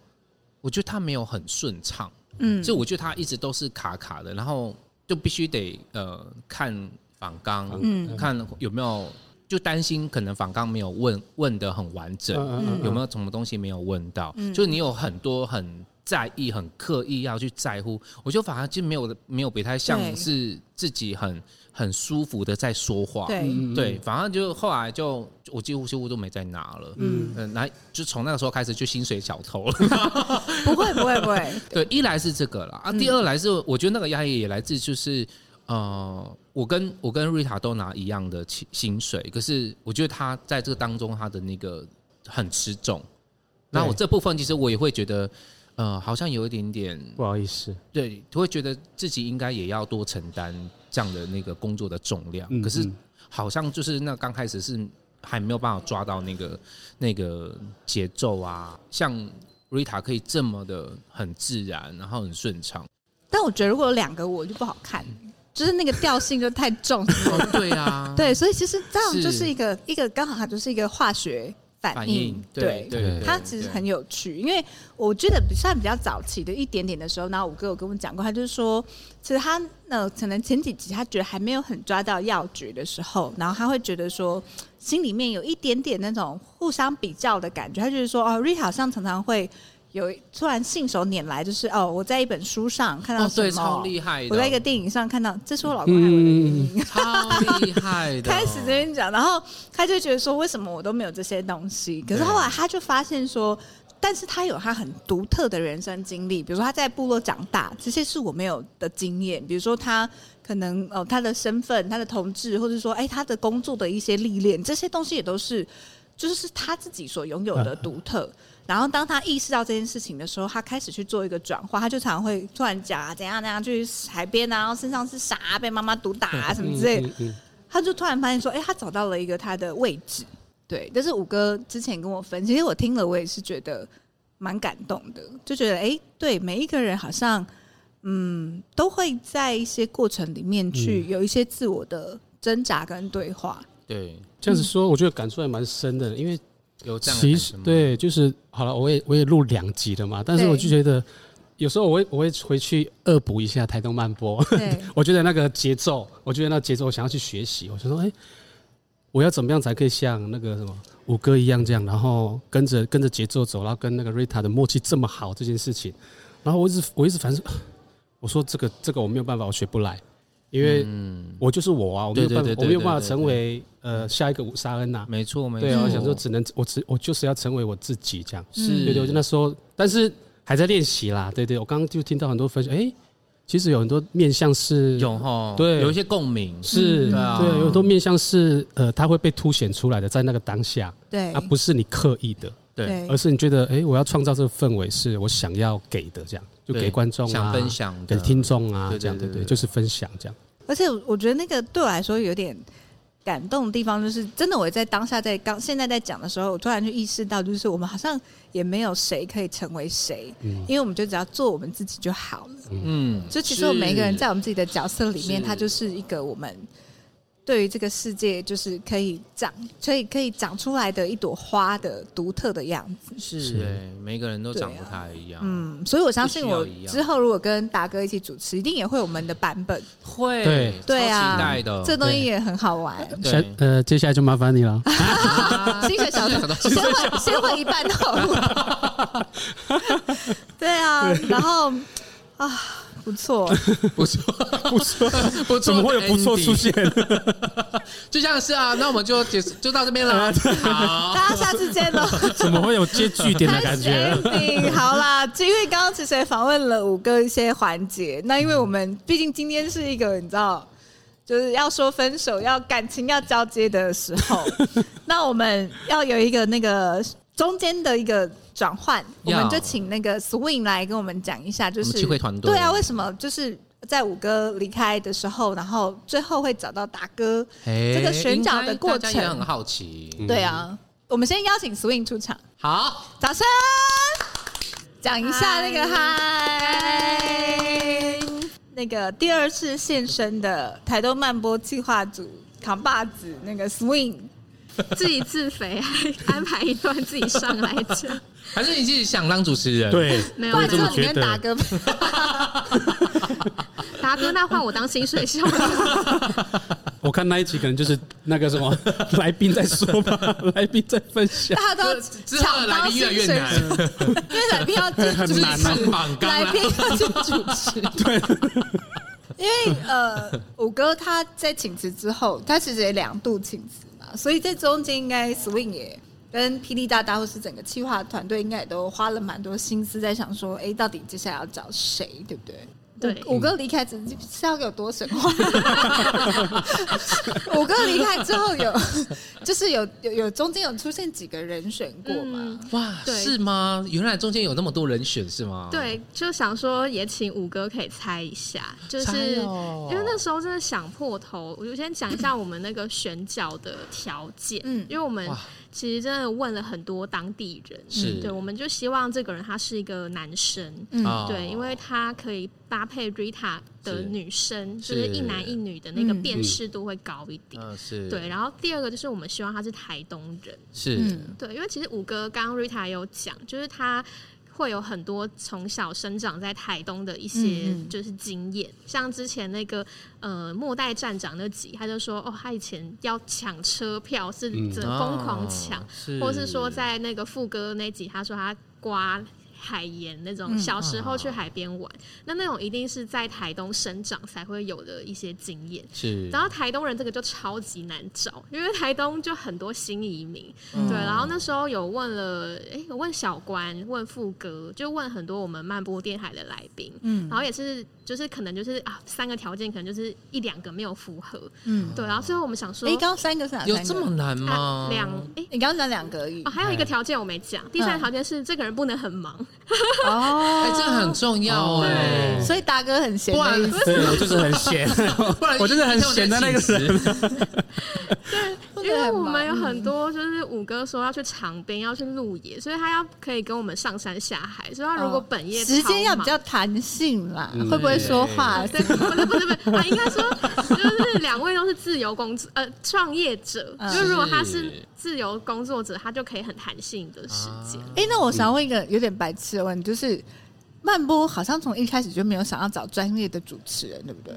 [SPEAKER 2] 我觉得他没有很顺畅。
[SPEAKER 1] 嗯
[SPEAKER 2] 所以我觉得他一直都是卡卡的，然后就必须得呃看访纲，
[SPEAKER 1] 嗯
[SPEAKER 2] 看有没有就担心可能访纲没有问问的很完整，
[SPEAKER 1] 嗯
[SPEAKER 2] 有没有什么东西没有问到，就是你有很多很。在意很刻意要去在乎，我就反而就没有没有不太像
[SPEAKER 1] 对
[SPEAKER 2] 是自己很很舒服的在说话，
[SPEAKER 1] 对，
[SPEAKER 2] 对，反正就后来就我几乎几乎都没再拿了，嗯，那、就从那个时候开始就薪水小偷了，
[SPEAKER 1] 不会不会不会， (laughs)
[SPEAKER 2] 对，一来是这个啦，啊，第二来是我觉得那个压力也来自就是，呃，我跟我跟瑞塔都拿一样的薪薪水，可是我觉得他在这个当中他的那个很吃重，那我这部分其实我也会觉得，呃，好像有一点点
[SPEAKER 3] 不好意思，
[SPEAKER 2] 对，会觉得自己应该也要多承担这样的那个工作的重量，
[SPEAKER 3] 嗯
[SPEAKER 2] 可是
[SPEAKER 3] 嗯
[SPEAKER 2] 好像就是那刚开始是还没有办法抓到那个那个节奏啊，像 Rita 可以这么的很自然，然后很顺畅。
[SPEAKER 1] 但我觉得如果有两个我就不好看，就是那个调性就太
[SPEAKER 2] (laughs)
[SPEAKER 1] 重，什么
[SPEAKER 2] 哦，对啊，
[SPEAKER 1] 对，所以其实这样
[SPEAKER 2] 是
[SPEAKER 1] 就是一个一个刚好它就是一个化学反应，
[SPEAKER 2] (laughs) 反应，对对，
[SPEAKER 1] 它其实很有趣，因为我觉得比算比较早期的一点点的时候，然后五哥有跟我讲过，他就是说，其实他呃可能前几集他觉得还没有很抓到要诀的时候，然后他会觉得说心里面有一点点那种互相比较的感觉，他就是说哦瑞好像常常会。有突然信手拈来，就是哦，我在一本书上看到
[SPEAKER 2] 哦，
[SPEAKER 1] 什么，
[SPEAKER 2] 对，超厉害的，
[SPEAKER 1] 我在一个电影上看到，这是
[SPEAKER 3] 嗯
[SPEAKER 1] 我老公爱我的电影，
[SPEAKER 2] (laughs) 超厉害的，
[SPEAKER 1] (laughs) 开始这边讲，然后他就觉得说，为什么我都没有这些东西？可是后来他就发现说，但是他有他很独特的人生经历，比如说他在部落长大，这些是我没有的经验。比如说他可能呃他的身份、他的同志，或者说哎、他的工作的一些历练，这些东西也都是就是他自己所拥有
[SPEAKER 3] 嗯
[SPEAKER 1] 的独特。然后当他意识到这件事情的时候，他开始去做一个转化，他就常会突然讲啊怎样怎样去海边啊，然后身上是啥、被妈妈毒打啊什么之类的。
[SPEAKER 3] 嗯
[SPEAKER 1] 他就突然发现说，哎、他找到了一个他的位置。对，但是五哥之前跟我分，其实我听了，我也是觉得蛮感动的，就觉得哎、对每一个人好像，嗯，都会在一些过程里面去有一些自我的挣扎跟对 (laughs) 话。
[SPEAKER 2] 对，
[SPEAKER 3] 这样子说，我觉得感触还蛮深的，因为
[SPEAKER 2] 有嗯这样的
[SPEAKER 3] 其
[SPEAKER 2] 感
[SPEAKER 3] 实
[SPEAKER 2] 觉吗，
[SPEAKER 3] 对，就是好了，我也我也录两集了嘛，但是
[SPEAKER 1] 对
[SPEAKER 3] 我就觉得有时候我会我会回去恶补一下台东慢播，
[SPEAKER 1] 对，
[SPEAKER 3] 我觉得那个节奏，我觉得那节奏我想要去学习，我就说，哎、我要怎么样才可以像那个什么五哥一样这样，然后跟着跟着节奏走，然后跟那个 Rita 的默契这么好这件事情，然后我一直我一直反正我说这个这个我没有办法，我学不来，因为我就是我啊，我没有办法
[SPEAKER 2] 嗯对对对，对
[SPEAKER 3] 我没有办法
[SPEAKER 2] 对对
[SPEAKER 3] 成为呃下一个五沙恩呐、
[SPEAKER 2] 没错没错。
[SPEAKER 3] 对啊，我想说只能我只我就是要成为我自己这样。
[SPEAKER 1] 嗯
[SPEAKER 2] 是，
[SPEAKER 3] 对对，我就那时候，但是还在练习啦。对对，我刚刚就听到很多分享，哎、其实有很多面向是
[SPEAKER 2] 嗯有哈，
[SPEAKER 3] 对
[SPEAKER 2] 有一些共鸣，
[SPEAKER 3] 是，
[SPEAKER 2] 对啊
[SPEAKER 3] 有很多面向是呃，它会被凸显出来的，在那个当下，
[SPEAKER 1] 对，
[SPEAKER 3] 啊，不是你刻意的，
[SPEAKER 2] 对，
[SPEAKER 3] 而是你觉得，哎、我要创造这个氛围，是我想要给的，这样就
[SPEAKER 2] 对
[SPEAKER 3] 给观众啊，
[SPEAKER 2] 想分享
[SPEAKER 3] 给
[SPEAKER 2] 的
[SPEAKER 3] 听众啊
[SPEAKER 2] 对，对
[SPEAKER 3] 这样对
[SPEAKER 2] 对
[SPEAKER 3] 对，
[SPEAKER 2] 对
[SPEAKER 3] 就是分享这样。
[SPEAKER 1] 而且我觉得那个对我来说有点感动的地方，就是真的我在当下在刚现在在讲的时候，我突然就意识到，就是我们好像也没有谁可以成为谁，
[SPEAKER 3] 嗯
[SPEAKER 1] 因为我们就只要做我们自己就好了。
[SPEAKER 2] 嗯，
[SPEAKER 1] 就其实我们每一个人在我们自己的角色里面，
[SPEAKER 2] 是
[SPEAKER 1] 他就是一个我们对于这个世界就是可以长，所以可以长出来的一朵花的独特的样子。
[SPEAKER 2] 是
[SPEAKER 3] 是
[SPEAKER 2] 是，哎，每个人都长不太一样，嗯，
[SPEAKER 1] 啊嗯，所以我相信
[SPEAKER 2] 不需要
[SPEAKER 1] 我
[SPEAKER 2] 一样
[SPEAKER 1] 之后如果跟达哥一起主持，一定也会有我们的版本。
[SPEAKER 2] 会，
[SPEAKER 3] 对
[SPEAKER 2] 超
[SPEAKER 1] 对啊，
[SPEAKER 2] 期待的，
[SPEAKER 1] 这东西也很好玩。
[SPEAKER 2] 对
[SPEAKER 3] 下呃，接下来就麻烦你了。
[SPEAKER 1] 薪水
[SPEAKER 2] (laughs)
[SPEAKER 1] 小偷，先换先换一半好了。对啊，然后啊，不错，
[SPEAKER 2] 不错， (laughs) 不错， (laughs) 不错，
[SPEAKER 3] 怎么会有不错出？现？
[SPEAKER 2] 就像是啊，那我们就结束，就到这边
[SPEAKER 3] (laughs)
[SPEAKER 2] 了。
[SPEAKER 3] 啊
[SPEAKER 2] 好，
[SPEAKER 1] 大家下次见喽。
[SPEAKER 3] 怎么会有接据点的感
[SPEAKER 2] (laughs)
[SPEAKER 3] 觉？
[SPEAKER 1] ending 好啦，因为刚刚其实也访问了五哥一些环节，那因为我们毕竟今天是一个你知道，就是要说分手、要感情要交接的时
[SPEAKER 2] (laughs)
[SPEAKER 1] 候，那我们要有一个那个中间的一个转换，我
[SPEAKER 2] 要
[SPEAKER 1] 们就请那个 Swing 来跟我们讲一下，就
[SPEAKER 2] 我
[SPEAKER 1] 是
[SPEAKER 2] 们机会团队
[SPEAKER 1] 对啊，为什么就是？在五哥离开的时候，然后最后会找到达哥，
[SPEAKER 2] 哎
[SPEAKER 1] 这个选角的过
[SPEAKER 2] 应该大家也很
[SPEAKER 1] 程，
[SPEAKER 2] 好奇。
[SPEAKER 1] 对啊，我们先邀请 Swing 出场。
[SPEAKER 2] 好，
[SPEAKER 1] 掌声，讲一下那个嗨，那个第二次现身的台东漫播计划组扛把子那个 Swing，
[SPEAKER 5] 自己自肥，还安排一段自己上来讲。
[SPEAKER 2] 还是你自己想当主持人？，
[SPEAKER 3] 对，
[SPEAKER 5] 没有
[SPEAKER 1] 不
[SPEAKER 3] 我
[SPEAKER 1] 然
[SPEAKER 3] 也这
[SPEAKER 1] 之
[SPEAKER 3] 么
[SPEAKER 1] 后你
[SPEAKER 3] 觉
[SPEAKER 1] 跟打
[SPEAKER 3] 得。
[SPEAKER 1] 哥，
[SPEAKER 5] 达哥，那换我当薪水小偷，
[SPEAKER 3] 我看那一集可能就是那个什 (laughs) 么来宾在说 (laughs) 吧，来宾在分享。
[SPEAKER 2] (laughs)
[SPEAKER 1] 大家都
[SPEAKER 2] 之后
[SPEAKER 1] 抢
[SPEAKER 2] 的
[SPEAKER 1] 到
[SPEAKER 2] 来宾越来越难，啊
[SPEAKER 1] 因为来宾要
[SPEAKER 2] (laughs)
[SPEAKER 1] 进
[SPEAKER 2] 就
[SPEAKER 1] 主
[SPEAKER 2] 是
[SPEAKER 1] 持，
[SPEAKER 3] 啊
[SPEAKER 2] 上榜纲
[SPEAKER 1] 来
[SPEAKER 2] 了
[SPEAKER 1] 宾。要进主持，
[SPEAKER 5] (laughs)
[SPEAKER 1] 对。因为
[SPEAKER 2] (laughs)
[SPEAKER 1] 呃，五哥他在请辞之后，他其实也两度请辞嘛，所以在中间应该 Swing 也跟霹雳大大或是整个企划团队，应该也都花了蛮多心思在想说，哎、到底接下来要找谁，对不对？
[SPEAKER 5] 对
[SPEAKER 1] 五哥离开之是要有多神
[SPEAKER 5] (laughs)
[SPEAKER 1] 话？五哥离开之后有，就是有有有中间有出现几个人选过嘛？
[SPEAKER 5] 嗯
[SPEAKER 2] 哇，
[SPEAKER 5] 对
[SPEAKER 2] 是吗？原来中间有那么多人选是吗？，
[SPEAKER 5] 对，就想说也请五哥可以猜一下，就是
[SPEAKER 2] 猜哦
[SPEAKER 5] 因为那时候真的想破头。我就先讲一下我们那个选角的条件，
[SPEAKER 1] 嗯
[SPEAKER 5] 因为我们
[SPEAKER 2] 哇
[SPEAKER 5] 其实真的问了很多当地人，
[SPEAKER 2] 是
[SPEAKER 5] 对，我们就希望这个人他是一个男生，
[SPEAKER 1] 嗯
[SPEAKER 2] 哦
[SPEAKER 5] 对，因为他可以搭配 Rita
[SPEAKER 2] 是
[SPEAKER 5] 的女生，
[SPEAKER 2] 是
[SPEAKER 5] 就是一男一女的那个
[SPEAKER 1] 嗯
[SPEAKER 5] 辨识度会高一点。
[SPEAKER 2] 嗯是，
[SPEAKER 5] 对，然后第二个就是我们希望他是台东人，
[SPEAKER 2] 是
[SPEAKER 1] 嗯
[SPEAKER 5] 对，因为其实五哥刚刚 Rita 也有讲，就是他会有很多从小生长在台东的一些
[SPEAKER 1] 嗯嗯
[SPEAKER 5] 就是经验，像之前那个呃末代站长那集，他就说哦，他以前要抢车票是
[SPEAKER 3] 嗯
[SPEAKER 5] 真的疯狂
[SPEAKER 2] 哦
[SPEAKER 5] 抢，
[SPEAKER 2] 是
[SPEAKER 5] 或是说在那个副歌那集，他说他刮。海盐那
[SPEAKER 1] 嗯
[SPEAKER 5] 种小时
[SPEAKER 2] 嗯
[SPEAKER 5] 候去
[SPEAKER 2] 哦
[SPEAKER 5] 海边玩，那那种一定是在台东生长才会有的一些经验。
[SPEAKER 2] 是
[SPEAKER 5] 然后台东人这个就超级难找，因为台东就很多新移民，
[SPEAKER 1] 嗯
[SPEAKER 5] 对。然后那时候有问了，哎，我问小关，问副哥，就问很多我们漫步电海的来宾，
[SPEAKER 1] 嗯
[SPEAKER 5] 然后也是就是可能就是啊，三个条件可能就是一两个没有符合，
[SPEAKER 1] 嗯，
[SPEAKER 5] 对。然后最后我们想说，
[SPEAKER 1] 哎，刚刚三个是哪三
[SPEAKER 2] 有
[SPEAKER 1] 个？
[SPEAKER 2] 这么难吗
[SPEAKER 5] 啊？两哎。
[SPEAKER 1] 你刚刚讲两个而已
[SPEAKER 5] 哦，还有一个条件我没
[SPEAKER 1] 嗯
[SPEAKER 5] 讲，第三个条件是这个人不能很忙，
[SPEAKER 1] 哦
[SPEAKER 2] 哎，这个很重要
[SPEAKER 5] 哦
[SPEAKER 2] 哎，
[SPEAKER 1] 所以达哥很闲
[SPEAKER 2] 不然
[SPEAKER 1] 的意思，
[SPEAKER 3] 对我就是很 (laughs) 闲，
[SPEAKER 2] 不然
[SPEAKER 3] 我真的很闲的那个
[SPEAKER 2] 人。
[SPEAKER 1] 不
[SPEAKER 5] 因
[SPEAKER 1] 能
[SPEAKER 5] 为
[SPEAKER 1] 很
[SPEAKER 5] 我们
[SPEAKER 1] 忙
[SPEAKER 5] 有很多就是五哥说要去长滨，要去露野，所以他要可以跟我们上山下海，所以他如果本业
[SPEAKER 1] 嗯哦时间要
[SPEAKER 5] 超
[SPEAKER 1] 比
[SPEAKER 5] 忙
[SPEAKER 1] 较弹性啦，
[SPEAKER 3] 嗯
[SPEAKER 1] 会不会说话？
[SPEAKER 5] 对，不是不是不是啊，应该说就是两位都是自由工作呃创业者，
[SPEAKER 1] 嗯
[SPEAKER 5] 就是如果他是
[SPEAKER 2] 是
[SPEAKER 5] 自由工作者，他就可以很弹性的时间。
[SPEAKER 2] 啊
[SPEAKER 1] 哎、那我想问一个有点白痴的问题，就是曼波好像从一开始就没有想要找专业的主持人，对不对？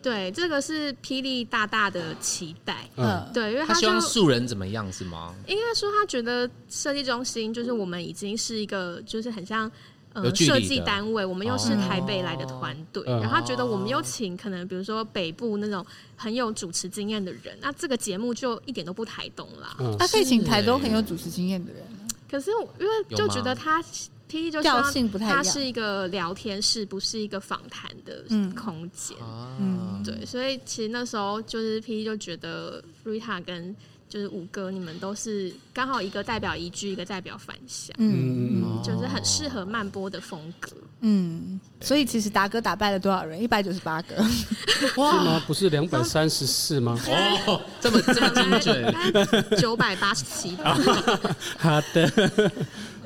[SPEAKER 5] 对，这个是霹雳大大的期待。
[SPEAKER 3] 嗯，
[SPEAKER 5] 对，因为
[SPEAKER 2] 他希
[SPEAKER 5] 哎就
[SPEAKER 2] 望素人怎么样是吗？
[SPEAKER 5] 应该说他觉得设计中心就是我们已经是一个就是很像。
[SPEAKER 2] 有
[SPEAKER 5] 呃，
[SPEAKER 2] 距离
[SPEAKER 5] 设
[SPEAKER 2] 的哦
[SPEAKER 5] 计单位，我们又是台北来的团队，
[SPEAKER 3] 嗯
[SPEAKER 5] 然后他觉得我们又请可能比如说北部那种很有主持经验的人，那这个节目就一点都不台东啦。
[SPEAKER 3] 嗯
[SPEAKER 1] 他可以请台东
[SPEAKER 2] 是
[SPEAKER 1] 很有主持经验的人，
[SPEAKER 5] 可是我因为就觉得他 P D 就希
[SPEAKER 1] 调
[SPEAKER 5] 望
[SPEAKER 1] 性不太一
[SPEAKER 5] 它
[SPEAKER 1] 样。
[SPEAKER 5] 是一个聊天室，不是一个访谈的
[SPEAKER 1] 嗯
[SPEAKER 5] 空间。
[SPEAKER 2] 啊，
[SPEAKER 1] 嗯
[SPEAKER 5] 对，所以其实那时候就是 P 就觉得 Rita 跟就是五哥你们都是刚好一个代表一句，一个代表反响，
[SPEAKER 1] 嗯
[SPEAKER 3] 嗯
[SPEAKER 2] 哦
[SPEAKER 1] 嗯
[SPEAKER 5] 就是很适合慢播的风格。
[SPEAKER 1] 嗯，所以其实达哥打败了多少人？一百九十八个。 (laughs)
[SPEAKER 3] 嗯是吗？不是两百三十四吗？
[SPEAKER 2] 哦，这么这么 (laughs) 精准，
[SPEAKER 5] 九百八十七
[SPEAKER 2] (laughs)
[SPEAKER 3] 啊
[SPEAKER 5] 吧，
[SPEAKER 3] (laughs) 好的，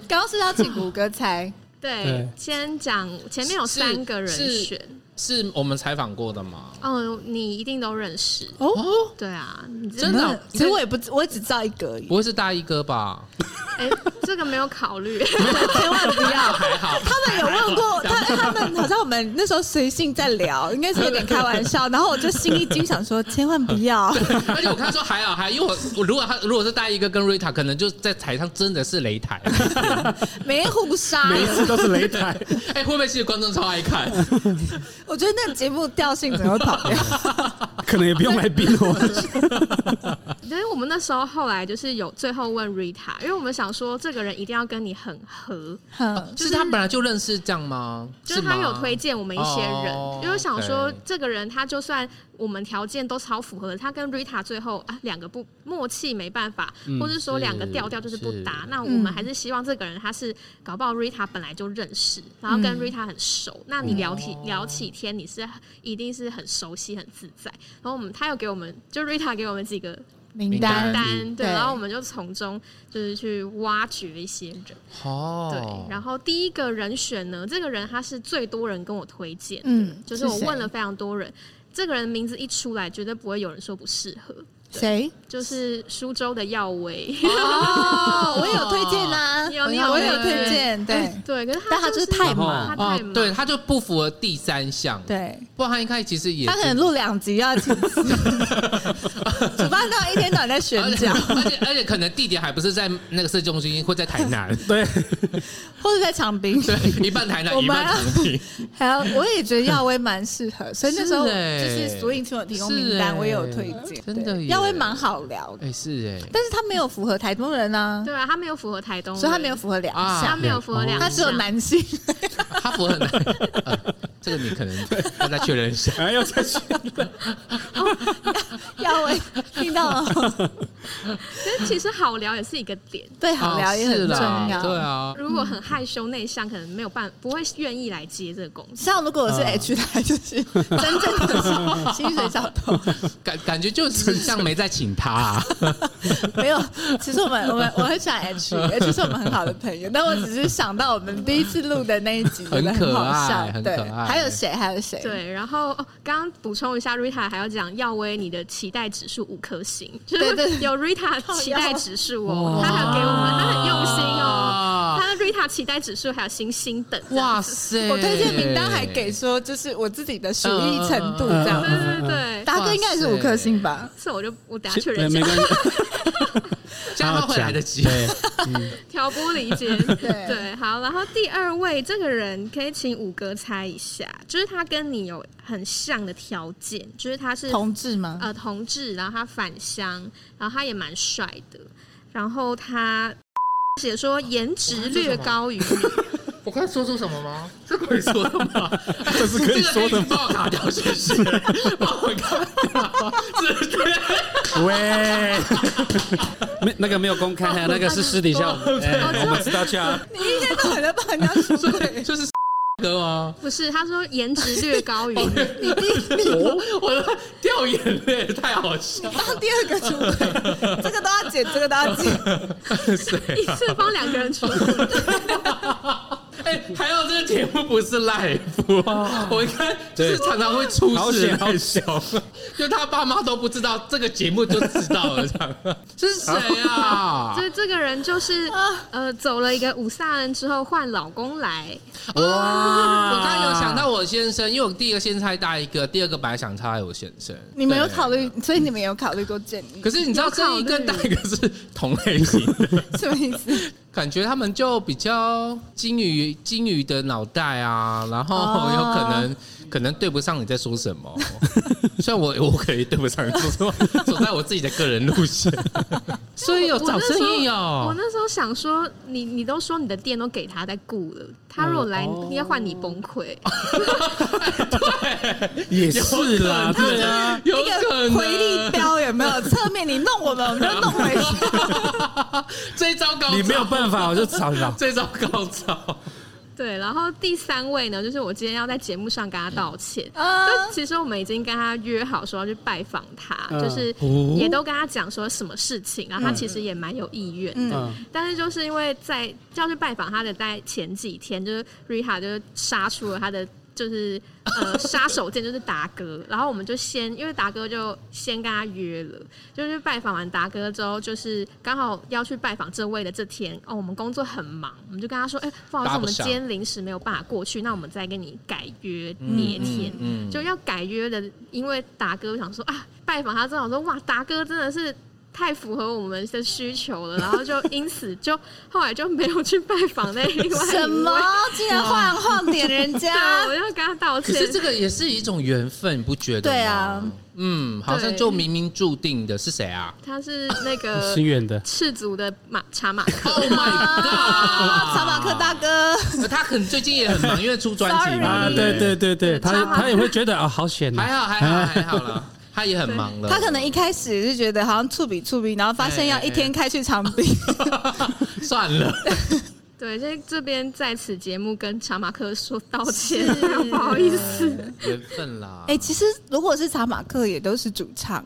[SPEAKER 1] 刚刚是要请谷歌猜，
[SPEAKER 5] 对
[SPEAKER 3] 对，
[SPEAKER 5] 先讲前面有
[SPEAKER 2] 是
[SPEAKER 5] 三个人
[SPEAKER 2] 是
[SPEAKER 5] 选，
[SPEAKER 2] 是我们采访过的吗？
[SPEAKER 5] 哦，你一定都认识，
[SPEAKER 2] 哦，
[SPEAKER 5] 对啊，你这
[SPEAKER 2] 真的啊
[SPEAKER 1] 其实我也不，我也只知道一个而已
[SPEAKER 2] 不。会是大衣哥吧？
[SPEAKER 5] 哎，这个没有考虑，
[SPEAKER 1] 千万不要。
[SPEAKER 2] 还好，
[SPEAKER 1] 他们有问过他，他们好像我们那时候随性在聊，应该是有点开玩 (laughs) 笑。然后我就心一惊，想说千万不要。
[SPEAKER 2] 而且我看说还好，还因为我我如果他如果是大衣哥跟瑞塔，可能就在台上真的是擂
[SPEAKER 5] (laughs)
[SPEAKER 2] 台。
[SPEAKER 1] (laughs) 没互杀，
[SPEAKER 3] 每一次都是擂台，
[SPEAKER 2] 哎，会不会其实观众超爱看？
[SPEAKER 1] 我觉得那个节目调性怎么跑掉？ (laughs)
[SPEAKER 3] 可能也不用来逼 (laughs) 我。
[SPEAKER 5] 所以我们那时候后来就是有最后问 Rita，因为我们想说这个人一定要跟你很合，
[SPEAKER 1] 哼
[SPEAKER 2] 是他本来就认识这样吗？
[SPEAKER 5] 就是
[SPEAKER 2] 吗
[SPEAKER 5] 他有推荐我们一些人，
[SPEAKER 2] 哦
[SPEAKER 5] 因为想说
[SPEAKER 2] OK
[SPEAKER 5] 这个人他就算我们条件都超符合的，他跟 Rita 最后啊两个不默契没办法，或是说两个调调就是不搭
[SPEAKER 2] 嗯是，
[SPEAKER 5] 那我们
[SPEAKER 1] 嗯
[SPEAKER 5] 还是希望这个人他是搞不好 Rita 本来就认识，然后跟
[SPEAKER 1] 嗯
[SPEAKER 5] Rita 很熟，那你聊起
[SPEAKER 2] 哦
[SPEAKER 5] 聊起天你是一定是很熟悉很自在，然后我们他又给我们就 Rita 给我们几个
[SPEAKER 1] 名
[SPEAKER 2] 单
[SPEAKER 5] 单，
[SPEAKER 1] 对
[SPEAKER 5] 对，然后我们就从中就是去挖掘一些人，
[SPEAKER 2] 哦
[SPEAKER 5] 对，，然后第一个人选呢，这个人他是最多人跟我推荐，
[SPEAKER 1] 嗯，
[SPEAKER 5] 就是我
[SPEAKER 1] 谁
[SPEAKER 5] 问了非常多人，这个人名字一出来，绝对不会有人说不适合，
[SPEAKER 1] 谁？
[SPEAKER 5] 就是苏州的耀
[SPEAKER 1] (laughs)
[SPEAKER 5] 威，
[SPEAKER 1] 哦，我有推荐啦，
[SPEAKER 5] 有
[SPEAKER 1] 我
[SPEAKER 5] 你有
[SPEAKER 1] 我有
[SPEAKER 5] 推
[SPEAKER 1] 推荐，对
[SPEAKER 5] 对，可是他、
[SPEAKER 1] 但他就是是太忙
[SPEAKER 5] 他
[SPEAKER 2] 哦
[SPEAKER 5] 太忙，
[SPEAKER 2] 对，他就不符合第三项，
[SPEAKER 1] 对。
[SPEAKER 2] 不然他应该其实也
[SPEAKER 1] 他可能录两集要请辞， (laughs) 主办方一天到晚在 (laughs)
[SPEAKER 2] 是
[SPEAKER 1] 选角，
[SPEAKER 2] 而且而且而且可能地点还不是在那个市中心，会在台南，
[SPEAKER 3] 对，
[SPEAKER 1] 或者在长滨，
[SPEAKER 2] 对，一半台南，
[SPEAKER 1] 我
[SPEAKER 2] 一
[SPEAKER 1] 们
[SPEAKER 2] 半长
[SPEAKER 1] (laughs)
[SPEAKER 2] 滨，
[SPEAKER 1] 还有我也觉得耀威蛮适合，所以那时候
[SPEAKER 2] 是
[SPEAKER 1] 就
[SPEAKER 2] 欸
[SPEAKER 1] 是所以请我提供
[SPEAKER 2] 是
[SPEAKER 1] 名单，
[SPEAKER 2] 欸
[SPEAKER 1] 我也有推荐，
[SPEAKER 2] 真的
[SPEAKER 1] 对
[SPEAKER 2] 耶
[SPEAKER 1] 耀威蛮好聊的，
[SPEAKER 2] 哎，是哎，
[SPEAKER 1] 但是他没有符合台东人
[SPEAKER 2] 嗯
[SPEAKER 1] 啊，
[SPEAKER 5] 对啊，他没有符合台东人，
[SPEAKER 1] 所以他没有符合两
[SPEAKER 2] 啊
[SPEAKER 5] 他
[SPEAKER 1] 项，
[SPEAKER 5] 没有符合两项，
[SPEAKER 1] 他只有男
[SPEAKER 2] (laughs)
[SPEAKER 1] 性，
[SPEAKER 2] 哈佛很难， (laughs) 呃这个你可能要再确认一下。
[SPEAKER 3] 哎还要再 (laughs) 去
[SPEAKER 1] 耀威听到了吗
[SPEAKER 5] 可是其实好聊也是一个点。
[SPEAKER 1] (laughs) 对好聊也很重
[SPEAKER 2] 哦是啦
[SPEAKER 1] 要，
[SPEAKER 2] 对。啊，
[SPEAKER 5] 如果很害羞内向，可能没有办，不会愿意来接这个工作。
[SPEAKER 1] 像如果我
[SPEAKER 2] 嗯
[SPEAKER 1] 是 H 台，就是真正的薪水小
[SPEAKER 2] (laughs)
[SPEAKER 1] 偷，
[SPEAKER 2] 感感觉就是像没在请他啊，
[SPEAKER 1] 没有。其实我们我们我很喜欢 H，H 是我们很好的朋友，但我只是想到我们第一次录的那一集，
[SPEAKER 2] 很
[SPEAKER 1] 觉得
[SPEAKER 2] 可
[SPEAKER 1] 好
[SPEAKER 2] 爱
[SPEAKER 1] 笑
[SPEAKER 2] 很
[SPEAKER 1] 对
[SPEAKER 2] 可爱
[SPEAKER 1] 还有谁？还有谁？，
[SPEAKER 5] 对，然后哦刚刚补充一下，Rita 还要讲耀威你的期待指数五颗星，就是
[SPEAKER 1] 对对
[SPEAKER 5] (laughs) 有 Rita 期待指数哦，他还有给我们，他很用心哦。他的 Rita 期待指数还有星星等，
[SPEAKER 2] 哇塞！
[SPEAKER 1] 我推荐名单还
[SPEAKER 2] 嗯
[SPEAKER 1] 给说，就是我自己的属意程度这样嗯
[SPEAKER 5] 对。对对，
[SPEAKER 1] 达哥应该也是五颗星吧？
[SPEAKER 5] 这我就我等下确认一
[SPEAKER 3] 没
[SPEAKER 5] 下。
[SPEAKER 3] 关系，
[SPEAKER 2] 这样他会来得及。
[SPEAKER 3] 对，
[SPEAKER 5] 挑拨离
[SPEAKER 1] (laughs)
[SPEAKER 5] 间。
[SPEAKER 1] 对
[SPEAKER 5] 对，好，然后第二位这个人可以请五哥猜一下，就是他跟你有很像的条件，就是他是
[SPEAKER 1] 同志吗？
[SPEAKER 5] 呃同志，然后他返乡，然后他也蛮帅的，然后他写说颜值略高于你， (laughs)
[SPEAKER 2] 我刚才说出什么吗？这可以说的吗？
[SPEAKER 3] (laughs) 这是可以说
[SPEAKER 2] 这个黑
[SPEAKER 3] 的
[SPEAKER 2] 警
[SPEAKER 3] 吗？
[SPEAKER 2] 帮我卡掉，谢谢。帮我卡掉，这对。
[SPEAKER 3] (laughs) 喂，没那个没有公开啊，那个是私底下我们哎我们知道去啊。
[SPEAKER 1] 你一天到晚在帮人家出轨，
[SPEAKER 2] 就是 (laughs) 哥哦吗？
[SPEAKER 5] 不是，他说颜值略高
[SPEAKER 2] 哦
[SPEAKER 5] (laughs) 于你，
[SPEAKER 2] 我我掉眼泪，太好笑了。
[SPEAKER 1] 帮第二个出轨，这个都要剪，这个都要剪。
[SPEAKER 5] 一次帮两个人出，
[SPEAKER 2] 哎、还有这个节目不是 live，、我应该就是常常会出
[SPEAKER 3] 好
[SPEAKER 2] 事
[SPEAKER 3] 险，好
[SPEAKER 2] 那种，
[SPEAKER 3] 险！
[SPEAKER 2] 就他爸妈都不知道，这个节目就知道了，这样是谁啊？
[SPEAKER 5] 所以这个人就是呃走了一个五萨人之后换老公来，
[SPEAKER 3] 哇
[SPEAKER 2] 我刚刚有想到我先生，因为我第一个先猜大一个，第二个本来想猜我先生。
[SPEAKER 1] 你们有
[SPEAKER 2] 对
[SPEAKER 1] 考？虑，所以你们有考虑过建议
[SPEAKER 2] 可是你知道这一跟
[SPEAKER 5] 有考
[SPEAKER 2] 大
[SPEAKER 5] 虑
[SPEAKER 2] 一个是同类型的，
[SPEAKER 1] 什么意思？
[SPEAKER 2] 感觉他们就比较金鱼金鱼的脑袋啊，然后
[SPEAKER 1] 哦
[SPEAKER 2] 有可能、可能对不上你在说
[SPEAKER 1] (laughs)
[SPEAKER 2] 什么。虽然我我可以对不上你说什么，走在我自己的个人路
[SPEAKER 1] (laughs)
[SPEAKER 2] 线，所以有
[SPEAKER 5] 我
[SPEAKER 2] 找
[SPEAKER 5] 那时
[SPEAKER 2] 生
[SPEAKER 5] 候
[SPEAKER 2] 意
[SPEAKER 5] 我
[SPEAKER 2] 哦。
[SPEAKER 5] 那时候想说，你你都说你的店都给他在雇了，他如果来，应该换你崩溃。
[SPEAKER 3] (laughs) 也是啦，对啊，
[SPEAKER 2] 有
[SPEAKER 1] 一
[SPEAKER 2] 可
[SPEAKER 1] 个
[SPEAKER 2] 能
[SPEAKER 1] 回力镖有没有？侧面你弄我们，我们就弄回去。
[SPEAKER 2] (laughs) 最糟糕，
[SPEAKER 3] 你没有办法，我就吵吵。
[SPEAKER 2] 最糟糕糟。
[SPEAKER 5] 对，然后第三位呢，就是我今天要在节目上跟他道歉。
[SPEAKER 1] 啊
[SPEAKER 5] 就其实我们已经跟他约好说要去拜访他，
[SPEAKER 3] 嗯
[SPEAKER 5] 就是
[SPEAKER 3] 哦
[SPEAKER 5] 也都跟他讲说什么事情，然后
[SPEAKER 2] 嗯
[SPEAKER 5] 他其实也蛮有意愿的。
[SPEAKER 3] 嗯
[SPEAKER 5] 但是就是因为在要去拜访他的，在前几天，就是 Riha 就是杀出了他的。就是呃，杀手锏就是达哥，然后我们就先，因为达哥就先跟他约了，就是拜访完达哥之后，就是刚好要去拜访这位的这天，哦，我们工作很忙，我们就跟他说，哎、不好意思，
[SPEAKER 2] 搭
[SPEAKER 5] 我
[SPEAKER 2] 不
[SPEAKER 5] 们
[SPEAKER 2] 上
[SPEAKER 5] 今天临时没有办法过去，那我们再跟你改约别天。
[SPEAKER 2] 嗯
[SPEAKER 5] 就要改约的，因为达哥想说啊，拜访他正好说哇，达哥真的是太符合我们的需求了，然后就因此就后来就没有去拜
[SPEAKER 2] (laughs)
[SPEAKER 5] 访那另外一位
[SPEAKER 1] 什么？竟然晃晃点人
[SPEAKER 5] 对，
[SPEAKER 1] 家
[SPEAKER 5] 我？要跟他道
[SPEAKER 2] 可
[SPEAKER 5] 歉。
[SPEAKER 2] 是这个也是一种缘分，你不觉得吗？
[SPEAKER 1] 对啊，
[SPEAKER 2] 嗯，好像
[SPEAKER 5] 对
[SPEAKER 2] 就冥冥注定的是谁啊
[SPEAKER 5] 他是
[SPEAKER 2] (laughs)
[SPEAKER 5] 那个
[SPEAKER 3] 心远的，
[SPEAKER 5] 赤足的马查马克，
[SPEAKER 2] ？Oh my
[SPEAKER 1] 啊
[SPEAKER 2] (laughs) god！
[SPEAKER 1] 查马克大哥，
[SPEAKER 2] 呃他可能最近也很忙，因为出专辑嘛。
[SPEAKER 3] 啊，
[SPEAKER 2] 对不对
[SPEAKER 3] 对对对对，他
[SPEAKER 5] 插花
[SPEAKER 3] 他也会觉得啊，好险啊，
[SPEAKER 2] 还好还好还好啦，他也很忙了。
[SPEAKER 1] 他可能一开始是觉得好像触笔触笔，然后发现要一天开去长滨，
[SPEAKER 3] 哎
[SPEAKER 2] (laughs) 算了，
[SPEAKER 5] 对，所以这边在此节目跟查马克说道歉，不好意思。
[SPEAKER 2] 缘分啦。
[SPEAKER 1] (laughs) 哎、其实如果是查马克，也都是主唱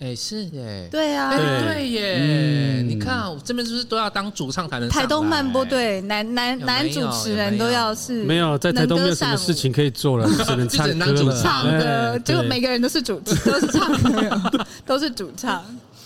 [SPEAKER 1] 哎、
[SPEAKER 2] 哎，是耶，
[SPEAKER 1] 对啊
[SPEAKER 2] 哎，
[SPEAKER 3] 对
[SPEAKER 2] 对耶，
[SPEAKER 3] 嗯
[SPEAKER 2] 你看我这边是不是都要当主唱才能上来？
[SPEAKER 1] 台东漫播队
[SPEAKER 3] 哎
[SPEAKER 1] 男男
[SPEAKER 2] 有
[SPEAKER 1] 男
[SPEAKER 2] 没
[SPEAKER 1] 主
[SPEAKER 2] 有
[SPEAKER 1] 持
[SPEAKER 2] 有
[SPEAKER 1] 人
[SPEAKER 2] 没
[SPEAKER 1] 都
[SPEAKER 2] 有
[SPEAKER 1] 要是
[SPEAKER 3] 没有在台
[SPEAKER 1] 能
[SPEAKER 3] 东没
[SPEAKER 1] 歌
[SPEAKER 3] 有什么
[SPEAKER 1] 善
[SPEAKER 3] 事
[SPEAKER 1] 舞
[SPEAKER 3] 情可以做了，只能唱
[SPEAKER 2] 只能
[SPEAKER 3] 歌
[SPEAKER 2] 当主
[SPEAKER 3] 了，哎
[SPEAKER 1] 唱歌，
[SPEAKER 3] 对
[SPEAKER 1] 结呃果每个人都是主， (laughs) 都是唱歌， (laughs) 都是主唱。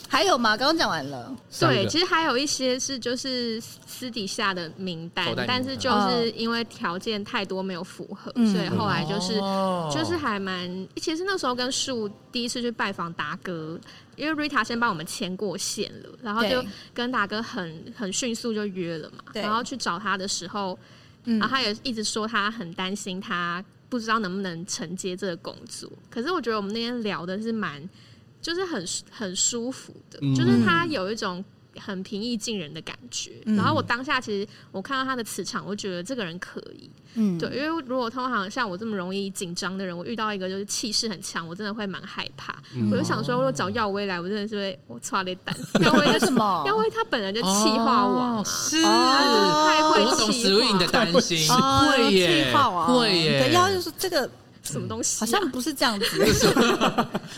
[SPEAKER 1] 还有吗？刚刚讲完了，
[SPEAKER 3] 三
[SPEAKER 5] 对，
[SPEAKER 3] 个
[SPEAKER 5] 其实还有一些是就是私底下的名单
[SPEAKER 2] 口袋，名单
[SPEAKER 5] 但是就是因为条件太多没有符合，
[SPEAKER 1] 嗯
[SPEAKER 5] 所以后来就是、
[SPEAKER 2] 哦
[SPEAKER 5] 就是还蛮，其实那时候跟树第一次去拜访达哥，因为 Rita 先帮我们牵过线了，然后
[SPEAKER 1] 对
[SPEAKER 5] 就跟达哥很很迅速就约了嘛，
[SPEAKER 1] 对
[SPEAKER 5] 然后去找他的时候，
[SPEAKER 1] 嗯
[SPEAKER 5] 然后他也一直说他很担心他不知道能不能承接这个工作。可是我觉得我们那天聊的是蛮，就是很很舒服的，
[SPEAKER 2] 嗯
[SPEAKER 5] 就是他有一种。很平易近人的感觉，
[SPEAKER 1] 嗯
[SPEAKER 5] 然后我当下其实我看到他的磁场，我觉得这个人可以，
[SPEAKER 1] 嗯，
[SPEAKER 5] 对，因为如果通常像我这么容易紧张的人，我遇到一个就是气势很强，我真的会蛮害怕。
[SPEAKER 2] 嗯
[SPEAKER 5] 我就想说，如果
[SPEAKER 2] 哦
[SPEAKER 5] 找耀威来，我真的是会我抓了
[SPEAKER 1] (laughs)
[SPEAKER 5] 胆。耀威
[SPEAKER 1] 为
[SPEAKER 5] 就
[SPEAKER 1] 什么？
[SPEAKER 5] (laughs) 耀威他本来就气化王、啊
[SPEAKER 2] 哦是，
[SPEAKER 1] 哦
[SPEAKER 5] 太会
[SPEAKER 2] 我懂
[SPEAKER 5] 气
[SPEAKER 2] s w i
[SPEAKER 5] 化
[SPEAKER 2] n 的担心，
[SPEAKER 1] 哦
[SPEAKER 2] 会耶
[SPEAKER 1] 气泡啊，，
[SPEAKER 2] 会耶
[SPEAKER 1] 对，。然后就说这个
[SPEAKER 5] 什么东西啊、
[SPEAKER 1] 好像不是这样
[SPEAKER 3] (laughs)
[SPEAKER 1] 子，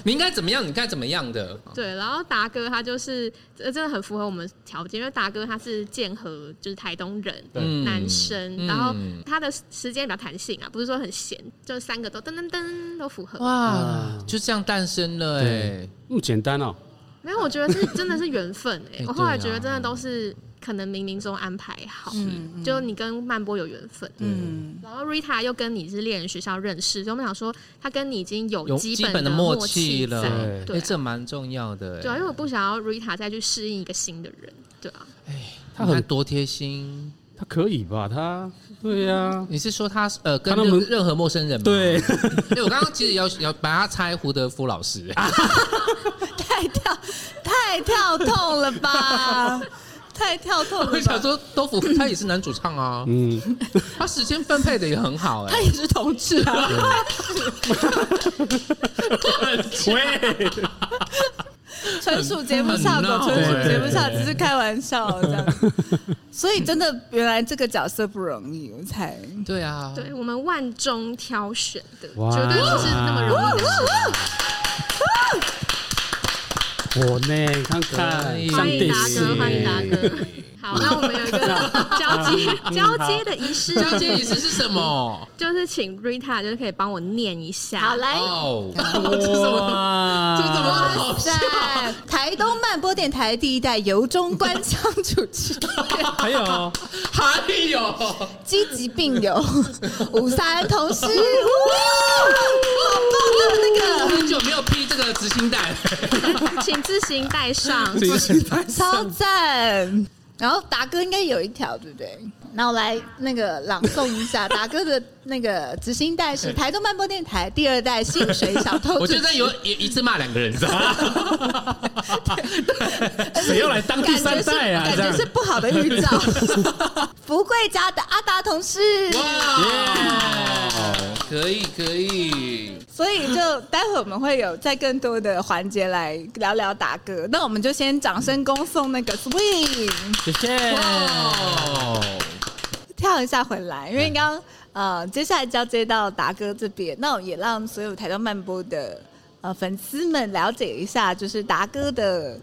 [SPEAKER 2] 你应该怎么样？你应该怎么样的？
[SPEAKER 5] 对，然后达哥他就是呃真的很符合我们条件，因为达哥他是剑河，就是台东人，
[SPEAKER 3] 对
[SPEAKER 2] 嗯
[SPEAKER 5] 男生，
[SPEAKER 2] 嗯
[SPEAKER 5] 然后他的时间比较弹性啊，不是说很闲，就三个都噔噔噔都符合。
[SPEAKER 2] 哇
[SPEAKER 3] 啊，
[SPEAKER 2] 就这样诞生了
[SPEAKER 3] 对
[SPEAKER 2] 哎。
[SPEAKER 3] 那么简单哦，
[SPEAKER 5] 没有，我觉得是真的是缘分哎、
[SPEAKER 2] 哎
[SPEAKER 5] 我后来
[SPEAKER 2] 对啊
[SPEAKER 5] 觉得真的都是可能冥冥中安排好，
[SPEAKER 1] 嗯
[SPEAKER 5] 就你跟曼波有缘分。
[SPEAKER 1] 嗯，
[SPEAKER 5] 然后 Rita 又跟你是猎人学校认识，所以我们想说，他跟你已经有
[SPEAKER 2] 有
[SPEAKER 5] 基
[SPEAKER 2] 基
[SPEAKER 5] 本
[SPEAKER 2] 的
[SPEAKER 5] 默
[SPEAKER 2] 契了，
[SPEAKER 5] 在
[SPEAKER 2] 哎、
[SPEAKER 5] 对啊
[SPEAKER 2] 这蛮重要的、
[SPEAKER 5] 对啊，因
[SPEAKER 2] 哎
[SPEAKER 5] 为我不想要 Rita 再去适应一个新的人，对啊，
[SPEAKER 3] 他
[SPEAKER 2] 你看
[SPEAKER 3] 很
[SPEAKER 2] 多贴心。
[SPEAKER 3] 他可以吧？他对呀、
[SPEAKER 2] 你是说他呃跟
[SPEAKER 3] 他们
[SPEAKER 2] 任任何陌生人吗？ (laughs)
[SPEAKER 3] 对，
[SPEAKER 2] 因为我刚刚其实要要把他猜胡德夫老
[SPEAKER 5] (laughs)
[SPEAKER 2] 师，
[SPEAKER 1] 太跳太跳痛了 (laughs) 吧，太跳痛
[SPEAKER 2] 我
[SPEAKER 1] 了
[SPEAKER 2] 想
[SPEAKER 1] 吧。
[SPEAKER 2] 说都符合，他也是男主唱啊，
[SPEAKER 3] (laughs) 嗯，
[SPEAKER 2] 他时间分配的也很好哎、
[SPEAKER 1] 他也是同志啊，
[SPEAKER 5] 啊
[SPEAKER 3] 喂，
[SPEAKER 1] 纯属节目效果，
[SPEAKER 2] 很
[SPEAKER 1] 纯
[SPEAKER 2] 很
[SPEAKER 1] 属
[SPEAKER 2] 闹
[SPEAKER 1] 节目效果，只是开玩笑这 (laughs) 样。所以真的，原来这个角色不容易，我 (laughs) 才
[SPEAKER 2] 对啊，
[SPEAKER 5] 对我们万中挑选的，
[SPEAKER 3] 哇
[SPEAKER 5] 绝对不是那么容易的事。
[SPEAKER 3] 我呢？你看
[SPEAKER 2] 可
[SPEAKER 3] 看，
[SPEAKER 2] 以
[SPEAKER 3] 上
[SPEAKER 5] 欢迎
[SPEAKER 3] 帝
[SPEAKER 5] 达哥，欢迎达哥。
[SPEAKER 2] 哎 (laughs)
[SPEAKER 5] 好，那我们有一
[SPEAKER 1] (laughs)
[SPEAKER 5] 个交
[SPEAKER 1] 嗯
[SPEAKER 5] 接交接的仪式，
[SPEAKER 2] 交接仪式是什么？
[SPEAKER 5] 就是请 Rita 就是可以帮我念一下。
[SPEAKER 1] 好来。
[SPEAKER 2] 哦，这什么？这怎么好笑？
[SPEAKER 1] 在台东慢播电台第一代由中官腔主持人，
[SPEAKER 3] 还有
[SPEAKER 2] 还有，
[SPEAKER 1] 积极病 (laughs) 友五三同事，哇，好棒啊！
[SPEAKER 2] 很久没有披这个执行带，
[SPEAKER 5] 请自行带
[SPEAKER 1] (laughs)
[SPEAKER 5] 上。
[SPEAKER 3] 这一期
[SPEAKER 1] 那个超赞。然后达哥应该有一条，对不对？那我来那个朗诵一下，达哥的那个执行代是台东慢播电台第二代薪水小偷主持人。
[SPEAKER 2] 我觉得有一一次骂两个人，你知道吗？
[SPEAKER 3] 谁要来当第三代啊？
[SPEAKER 1] 感
[SPEAKER 3] 这
[SPEAKER 1] 觉
[SPEAKER 3] 样
[SPEAKER 1] 是不好的预兆。
[SPEAKER 3] (laughs)
[SPEAKER 1] 福贵家的阿达同事，
[SPEAKER 2] 哇，可以可以，
[SPEAKER 1] 所以就待会我们会有再更多的环节来聊聊打歌。那我们就先掌声恭送那个 Swing，
[SPEAKER 3] 谢谢。
[SPEAKER 2] 哦，，
[SPEAKER 1] 跳一下回来，因为刚刚呃接下来交接到达哥这边，那我也让所有台到慢播的呃粉丝们了解一下，就是达哥的。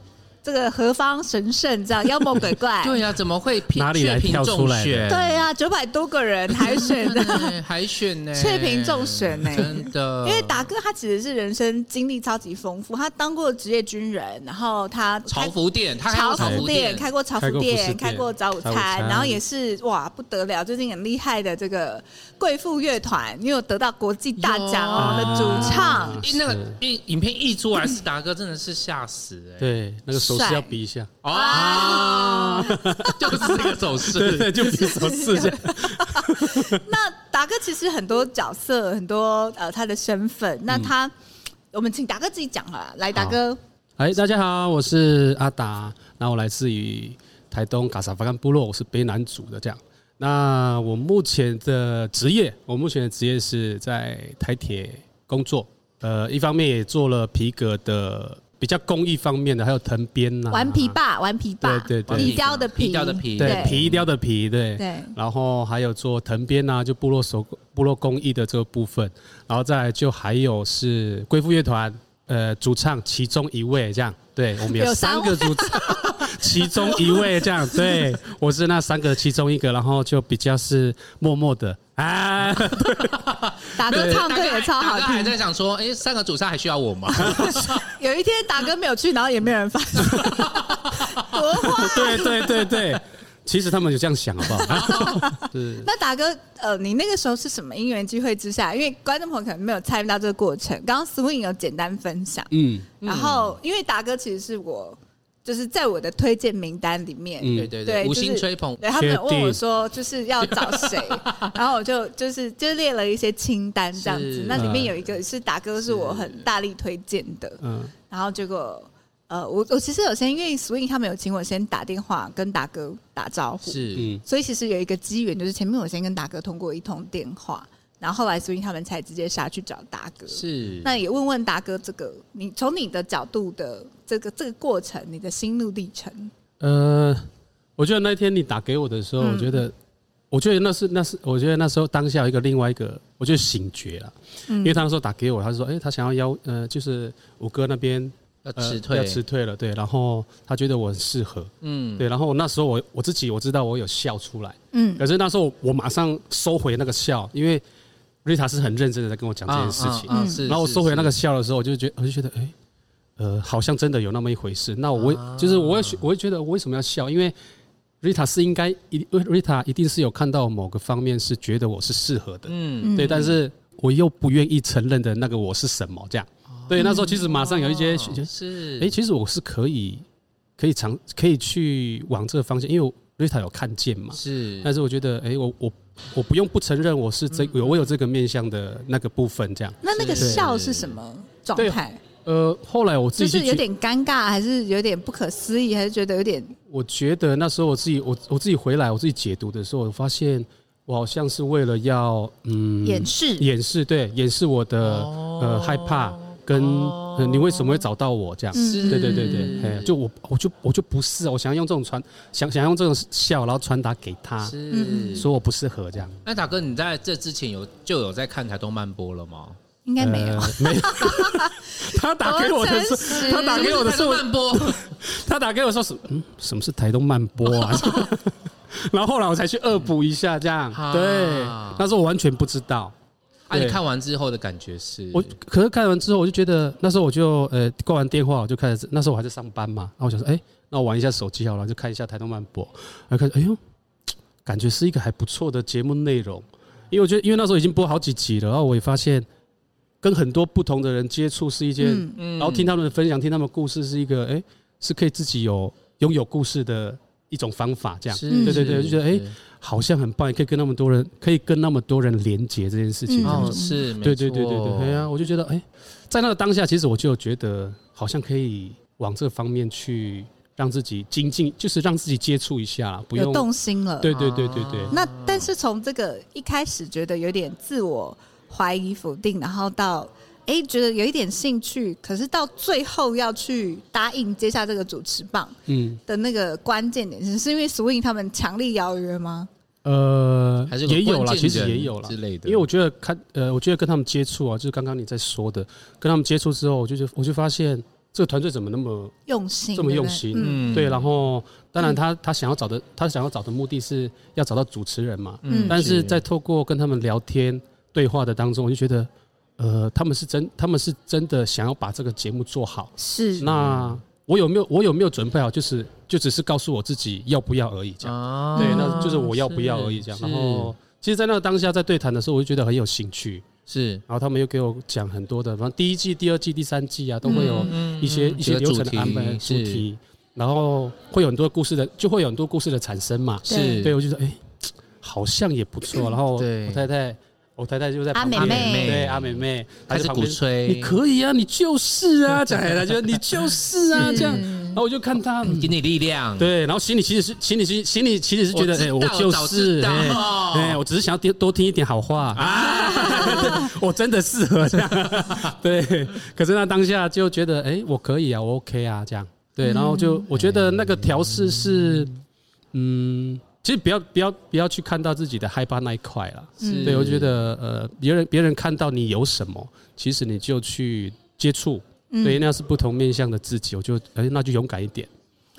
[SPEAKER 1] 这个何方神圣，这样妖魔鬼怪
[SPEAKER 2] (laughs) 对呀，怎么会拼
[SPEAKER 3] 哪里来
[SPEAKER 2] 雀屏
[SPEAKER 3] 跳出
[SPEAKER 2] 中
[SPEAKER 3] 来的
[SPEAKER 2] 选？
[SPEAKER 1] 对啊，九百多个人海选的，
[SPEAKER 2] (laughs) 对海选
[SPEAKER 1] (laughs)
[SPEAKER 2] 呢，
[SPEAKER 1] 翠屏中选呢
[SPEAKER 2] 真的，
[SPEAKER 1] 因为达哥他其实是人生经历超级丰富，他当过职业军人，然后他
[SPEAKER 2] 潮服店，他
[SPEAKER 1] 开
[SPEAKER 2] 开过潮
[SPEAKER 1] 服
[SPEAKER 2] 服
[SPEAKER 1] 店
[SPEAKER 2] 店，
[SPEAKER 1] 开过潮
[SPEAKER 3] 开
[SPEAKER 1] 服
[SPEAKER 3] 过服饰
[SPEAKER 1] 店，
[SPEAKER 3] 店
[SPEAKER 1] 开过早午餐，
[SPEAKER 3] 早午餐
[SPEAKER 1] 然后也是哇不得了，最近很厉害的这个贵妇乐团，因为有得到国际大奖哦
[SPEAKER 3] 有
[SPEAKER 1] 的主唱。
[SPEAKER 2] 一那个一影片一出来，是达哥真的是吓死
[SPEAKER 1] (coughs)
[SPEAKER 2] 哎、
[SPEAKER 3] 对，那个手势
[SPEAKER 1] 帅
[SPEAKER 3] 要比一下，
[SPEAKER 1] 啊
[SPEAKER 2] 哦， (laughs) 就是这个手
[SPEAKER 3] 对 (laughs)
[SPEAKER 2] 势，
[SPEAKER 3] 对，就比手势一下。
[SPEAKER 1] 那达哥其实很多角色，很多呃他的身份，那他、我们请达哥自己讲好了，来达哥，
[SPEAKER 3] (laughs) 哎，大家好，我是阿达，那我来自于台东嘎萨发干部落，我是卑南族的这样。那我目前的职业，我目前的职业是在台铁工作，呃，一方面也做了皮革的比较工艺方面的，还有藤编啊呐、
[SPEAKER 1] 顽皮，爸，顽皮爸，
[SPEAKER 3] 对对对
[SPEAKER 1] 皮雕的皮，
[SPEAKER 2] 皮雕的皮
[SPEAKER 3] 对，皮雕的皮，对，
[SPEAKER 1] 对
[SPEAKER 3] 然后还有做藤编啊，就部落手部落工艺的这个部分，然后再来就还有是贵妇乐团，呃，主唱其中一位这样，对我们
[SPEAKER 1] 有
[SPEAKER 3] 有
[SPEAKER 1] 三
[SPEAKER 3] 三个主唱，其中一位这样，对我是那三个其中一个，然后就比较是默默的啊，
[SPEAKER 1] 达
[SPEAKER 2] 没
[SPEAKER 1] 哥
[SPEAKER 2] 有
[SPEAKER 1] 唱歌
[SPEAKER 2] 达还
[SPEAKER 1] 也超好
[SPEAKER 2] 达哥还
[SPEAKER 1] 听。
[SPEAKER 2] 在想说，哎、三个主唱还需要我吗？
[SPEAKER 1] 有一天达哥没有去，然后也没有人发现，多话。
[SPEAKER 3] 对对对对，其实他们有这样想好不好？ (laughs) 是
[SPEAKER 1] 那达哥，呃，你那个时候是什么因缘机会之下？因为观众朋友可能没有参与到这个过程。刚刚 Swing 有简单分享，
[SPEAKER 3] 嗯
[SPEAKER 1] 然后因为达哥其实是我，就是在我的推荐名单里面，
[SPEAKER 3] 嗯
[SPEAKER 2] (laughs) 对对
[SPEAKER 1] 对，
[SPEAKER 2] 对，
[SPEAKER 1] 就
[SPEAKER 2] 五
[SPEAKER 1] 是
[SPEAKER 2] 星吹捧，
[SPEAKER 1] 对他们有问我
[SPEAKER 3] 确定
[SPEAKER 1] 说，就是要找谁， (laughs) 然后我就就是就列了一些清单这样子
[SPEAKER 2] 是。
[SPEAKER 1] 那里面有一个是达哥，是我很大力推荐的，
[SPEAKER 3] 嗯，
[SPEAKER 1] 然后结果。呃，我我其实有先因为 Swing 他们有请我先打电话跟达哥打招呼，
[SPEAKER 2] 是、
[SPEAKER 3] 嗯
[SPEAKER 1] 所以其实有一个机缘，就是前面我先跟达哥通过一通电话，然后后来所以他们才直接下去找达哥。
[SPEAKER 2] 是，
[SPEAKER 1] 那也问问达哥这个，你从你的角度的这个这个过程，你的心路历程，
[SPEAKER 3] 呃，我觉得那天你打给我的时候，我觉得，我觉得那是那是，我觉得那时候当下有一个另外一个，我就醒觉了，因为他那时候打给我，他说，哎、他想要邀，呃，就是五哥那边
[SPEAKER 2] 要
[SPEAKER 3] 呃
[SPEAKER 2] 辞退，
[SPEAKER 3] 要辞退了，对，然后他觉得我很适合，
[SPEAKER 2] 嗯，
[SPEAKER 3] 对，然后那时候我我自己我知道我有笑出来，
[SPEAKER 1] 嗯，
[SPEAKER 3] 可是那时候我马上收回那个笑，因为瑞塔是很认真的在跟我讲这件事情，
[SPEAKER 2] 嗯嗯嗯是
[SPEAKER 3] 然后我
[SPEAKER 2] 是
[SPEAKER 3] 收回那个
[SPEAKER 2] 是
[SPEAKER 3] 笑的时候，我就觉得，我就觉得，哎、
[SPEAKER 2] 啊
[SPEAKER 3] 呃，好像真的有那么一回事。那我为、就是我也，我会觉得我为什么要笑？因为 Rita 是应该一定 Rita 一定是有看到某个方面是觉得我是适合的，
[SPEAKER 2] 嗯，
[SPEAKER 1] 嗯
[SPEAKER 3] 对，但是我又不愿意承认的那个我是什么这样。对，那时候其实马上有一些学，
[SPEAKER 2] 哦是
[SPEAKER 3] 哎、，其实我是可以可以尝可以去往这个方向，因为我 Rita 有看见嘛。
[SPEAKER 2] 是，
[SPEAKER 3] 但是我觉得，哎、我我我不用不承认我是这
[SPEAKER 2] 嗯
[SPEAKER 3] 有我有这个面向的那个部分这样。
[SPEAKER 1] 那那个
[SPEAKER 2] 是
[SPEAKER 1] 笑是什么状
[SPEAKER 3] 对
[SPEAKER 1] 态？
[SPEAKER 3] 呃，后来我自
[SPEAKER 1] 就
[SPEAKER 3] 己去
[SPEAKER 1] 是有点尴尬，还是有点不可思议，还是觉得有点
[SPEAKER 3] 我觉得那时候我自己，我我自己回来，我自己解读的时候，我发现我好像是为了要嗯
[SPEAKER 1] 掩饰？
[SPEAKER 3] 掩饰，对，掩饰我的、
[SPEAKER 1] 哦
[SPEAKER 3] 呃害怕跟、呃你为什么会找到我这样。
[SPEAKER 1] 嗯
[SPEAKER 2] 是，
[SPEAKER 3] 对对对对，哎，就我我就我就不是，我想要用这种传想想用这种笑，然后传达给他，
[SPEAKER 1] 嗯
[SPEAKER 2] 是。
[SPEAKER 3] 说我不适合这样。
[SPEAKER 2] 那大哥，你在这之前有就有在看台东漫播了吗？
[SPEAKER 1] 应该没有
[SPEAKER 3] 呃，没有。 (laughs) 他打给我的
[SPEAKER 1] 多
[SPEAKER 3] 时候，
[SPEAKER 1] 诚实
[SPEAKER 3] 他打给我的时候，
[SPEAKER 2] 漫播，
[SPEAKER 3] (laughs) 他打给我说什嗯什么是台东慢播啊？ (laughs) 然后后来我才去恶补一下，这样
[SPEAKER 2] 啊
[SPEAKER 3] 对，那时候我完全不知道。
[SPEAKER 2] 啊，你
[SPEAKER 3] 对
[SPEAKER 2] 看完之后的感觉是？
[SPEAKER 3] 我可是看完之后，我就觉得那时候我就呃挂完电话，我就开始那时候我还在上班嘛，然后我想说，哎、那我玩一下手机好了，就看一下台东慢播，然后看，哎呦，感觉是一个还不错的节目内容，因为我觉得因为那时候已经播好几集了，然后我也发现跟很多不同的人接触是一件，
[SPEAKER 1] 嗯
[SPEAKER 2] 嗯
[SPEAKER 3] 然后听他们的分享，听他们的故事是一个，哎、是可以自己有拥有故事的一种方法，这样
[SPEAKER 2] 是
[SPEAKER 1] 嗯
[SPEAKER 3] 对对对
[SPEAKER 2] 是
[SPEAKER 3] 就觉得哎
[SPEAKER 2] 是
[SPEAKER 3] 好像很棒，也可以跟那么多人，可以跟那么多人连接这件事情，
[SPEAKER 1] 嗯
[SPEAKER 3] 这样
[SPEAKER 2] 哦
[SPEAKER 3] 子
[SPEAKER 2] 是，没
[SPEAKER 3] 对对对对
[SPEAKER 2] 错
[SPEAKER 3] 对，哎呀、我就觉得，哎、在那个当下，其实我就觉得好像可以往这方面去让自己精进，就是让自己接触一下啦，不
[SPEAKER 1] 嗯有
[SPEAKER 3] 用。
[SPEAKER 1] 动心了。
[SPEAKER 3] 对对对对对，
[SPEAKER 2] 啊
[SPEAKER 1] 那但是从这个一开始觉得有点自我怀疑、否定，然后到哎、诶觉得有一点兴趣，可是到最后要去答应接下这个主持棒
[SPEAKER 3] 嗯，
[SPEAKER 1] 的那个关键点是，是因为 Swing 他们强力邀约吗？
[SPEAKER 3] 呃
[SPEAKER 2] 还，是
[SPEAKER 3] 也有
[SPEAKER 2] 了，
[SPEAKER 3] 啦，其实也有啦
[SPEAKER 2] 之。类的，
[SPEAKER 3] 因为我觉得看，呃，我觉得跟他们接触啊，就是刚刚你在说的，跟他们接触之后，我就觉得我就发现这个团队怎么那么
[SPEAKER 1] 用心，
[SPEAKER 3] 这么
[SPEAKER 1] 对不
[SPEAKER 3] 用
[SPEAKER 1] 对
[SPEAKER 3] 心
[SPEAKER 1] 嗯
[SPEAKER 3] 对，然后当然他他想要找的他想要找的目的是要找到主持人嘛，
[SPEAKER 1] 嗯
[SPEAKER 3] 但是在透过跟他们聊天对话的当中，我就觉得，呃，他们是真，他们是真的想要把这个节目做好。
[SPEAKER 1] 是
[SPEAKER 3] 那我有没有我有没有准备好？就是就只是告诉我自己要不要而已，这样。
[SPEAKER 2] 啊
[SPEAKER 3] 对，那就是我要不要而已，这样。然后，其实，在那个当下在对谈的时候，我就觉得很有兴趣。
[SPEAKER 2] 是
[SPEAKER 3] 然后他们又给我讲很多的，反正第一季、第二季、第三季啊，都
[SPEAKER 2] 嗯
[SPEAKER 3] 会有
[SPEAKER 1] 嗯
[SPEAKER 3] 一些一些流程的安排主
[SPEAKER 2] 是
[SPEAKER 3] 题，然后会有很多故事的，就会有很多故事的产生嘛。
[SPEAKER 2] 是嗯
[SPEAKER 3] 对，我就说，哎、好像也不错。然后
[SPEAKER 2] 对
[SPEAKER 3] 我太太，我太太就在
[SPEAKER 1] 阿
[SPEAKER 3] 旁
[SPEAKER 1] 美
[SPEAKER 3] 边，
[SPEAKER 1] 妹
[SPEAKER 3] 对阿美妹，
[SPEAKER 2] 他
[SPEAKER 3] 她
[SPEAKER 2] 是
[SPEAKER 3] 在旁
[SPEAKER 2] 鼓
[SPEAKER 3] 边，
[SPEAKER 2] 吹，
[SPEAKER 3] 你可以啊，你就是
[SPEAKER 2] (laughs)
[SPEAKER 3] 啊，讲起来就你就是啊，
[SPEAKER 1] 嗯
[SPEAKER 3] 这样。然后我就看她，嗯
[SPEAKER 2] 给你力量，，
[SPEAKER 3] 对，然后心里其实是心里其实心里其实是觉得，
[SPEAKER 2] 我知
[SPEAKER 3] 哎，
[SPEAKER 2] 道
[SPEAKER 3] 我就
[SPEAKER 2] 早知
[SPEAKER 3] 是，
[SPEAKER 2] 道哦
[SPEAKER 3] 哎，哎我只是想要多多听一点好话啊，对 (laughs) 我真的适合这样。对，可是那当下就觉得，哎，我可以啊，我 OK 啊，这样。对，然后就我觉得那个调试是，嗯，其实不要不要不要去看到自己的害怕那一块啦。
[SPEAKER 1] 嗯
[SPEAKER 3] 对，我觉得呃，别人别人看到你有什么，其实你就去接触，
[SPEAKER 1] 嗯
[SPEAKER 3] 对，那是不同面向的自己，我就哎、那就勇敢一点，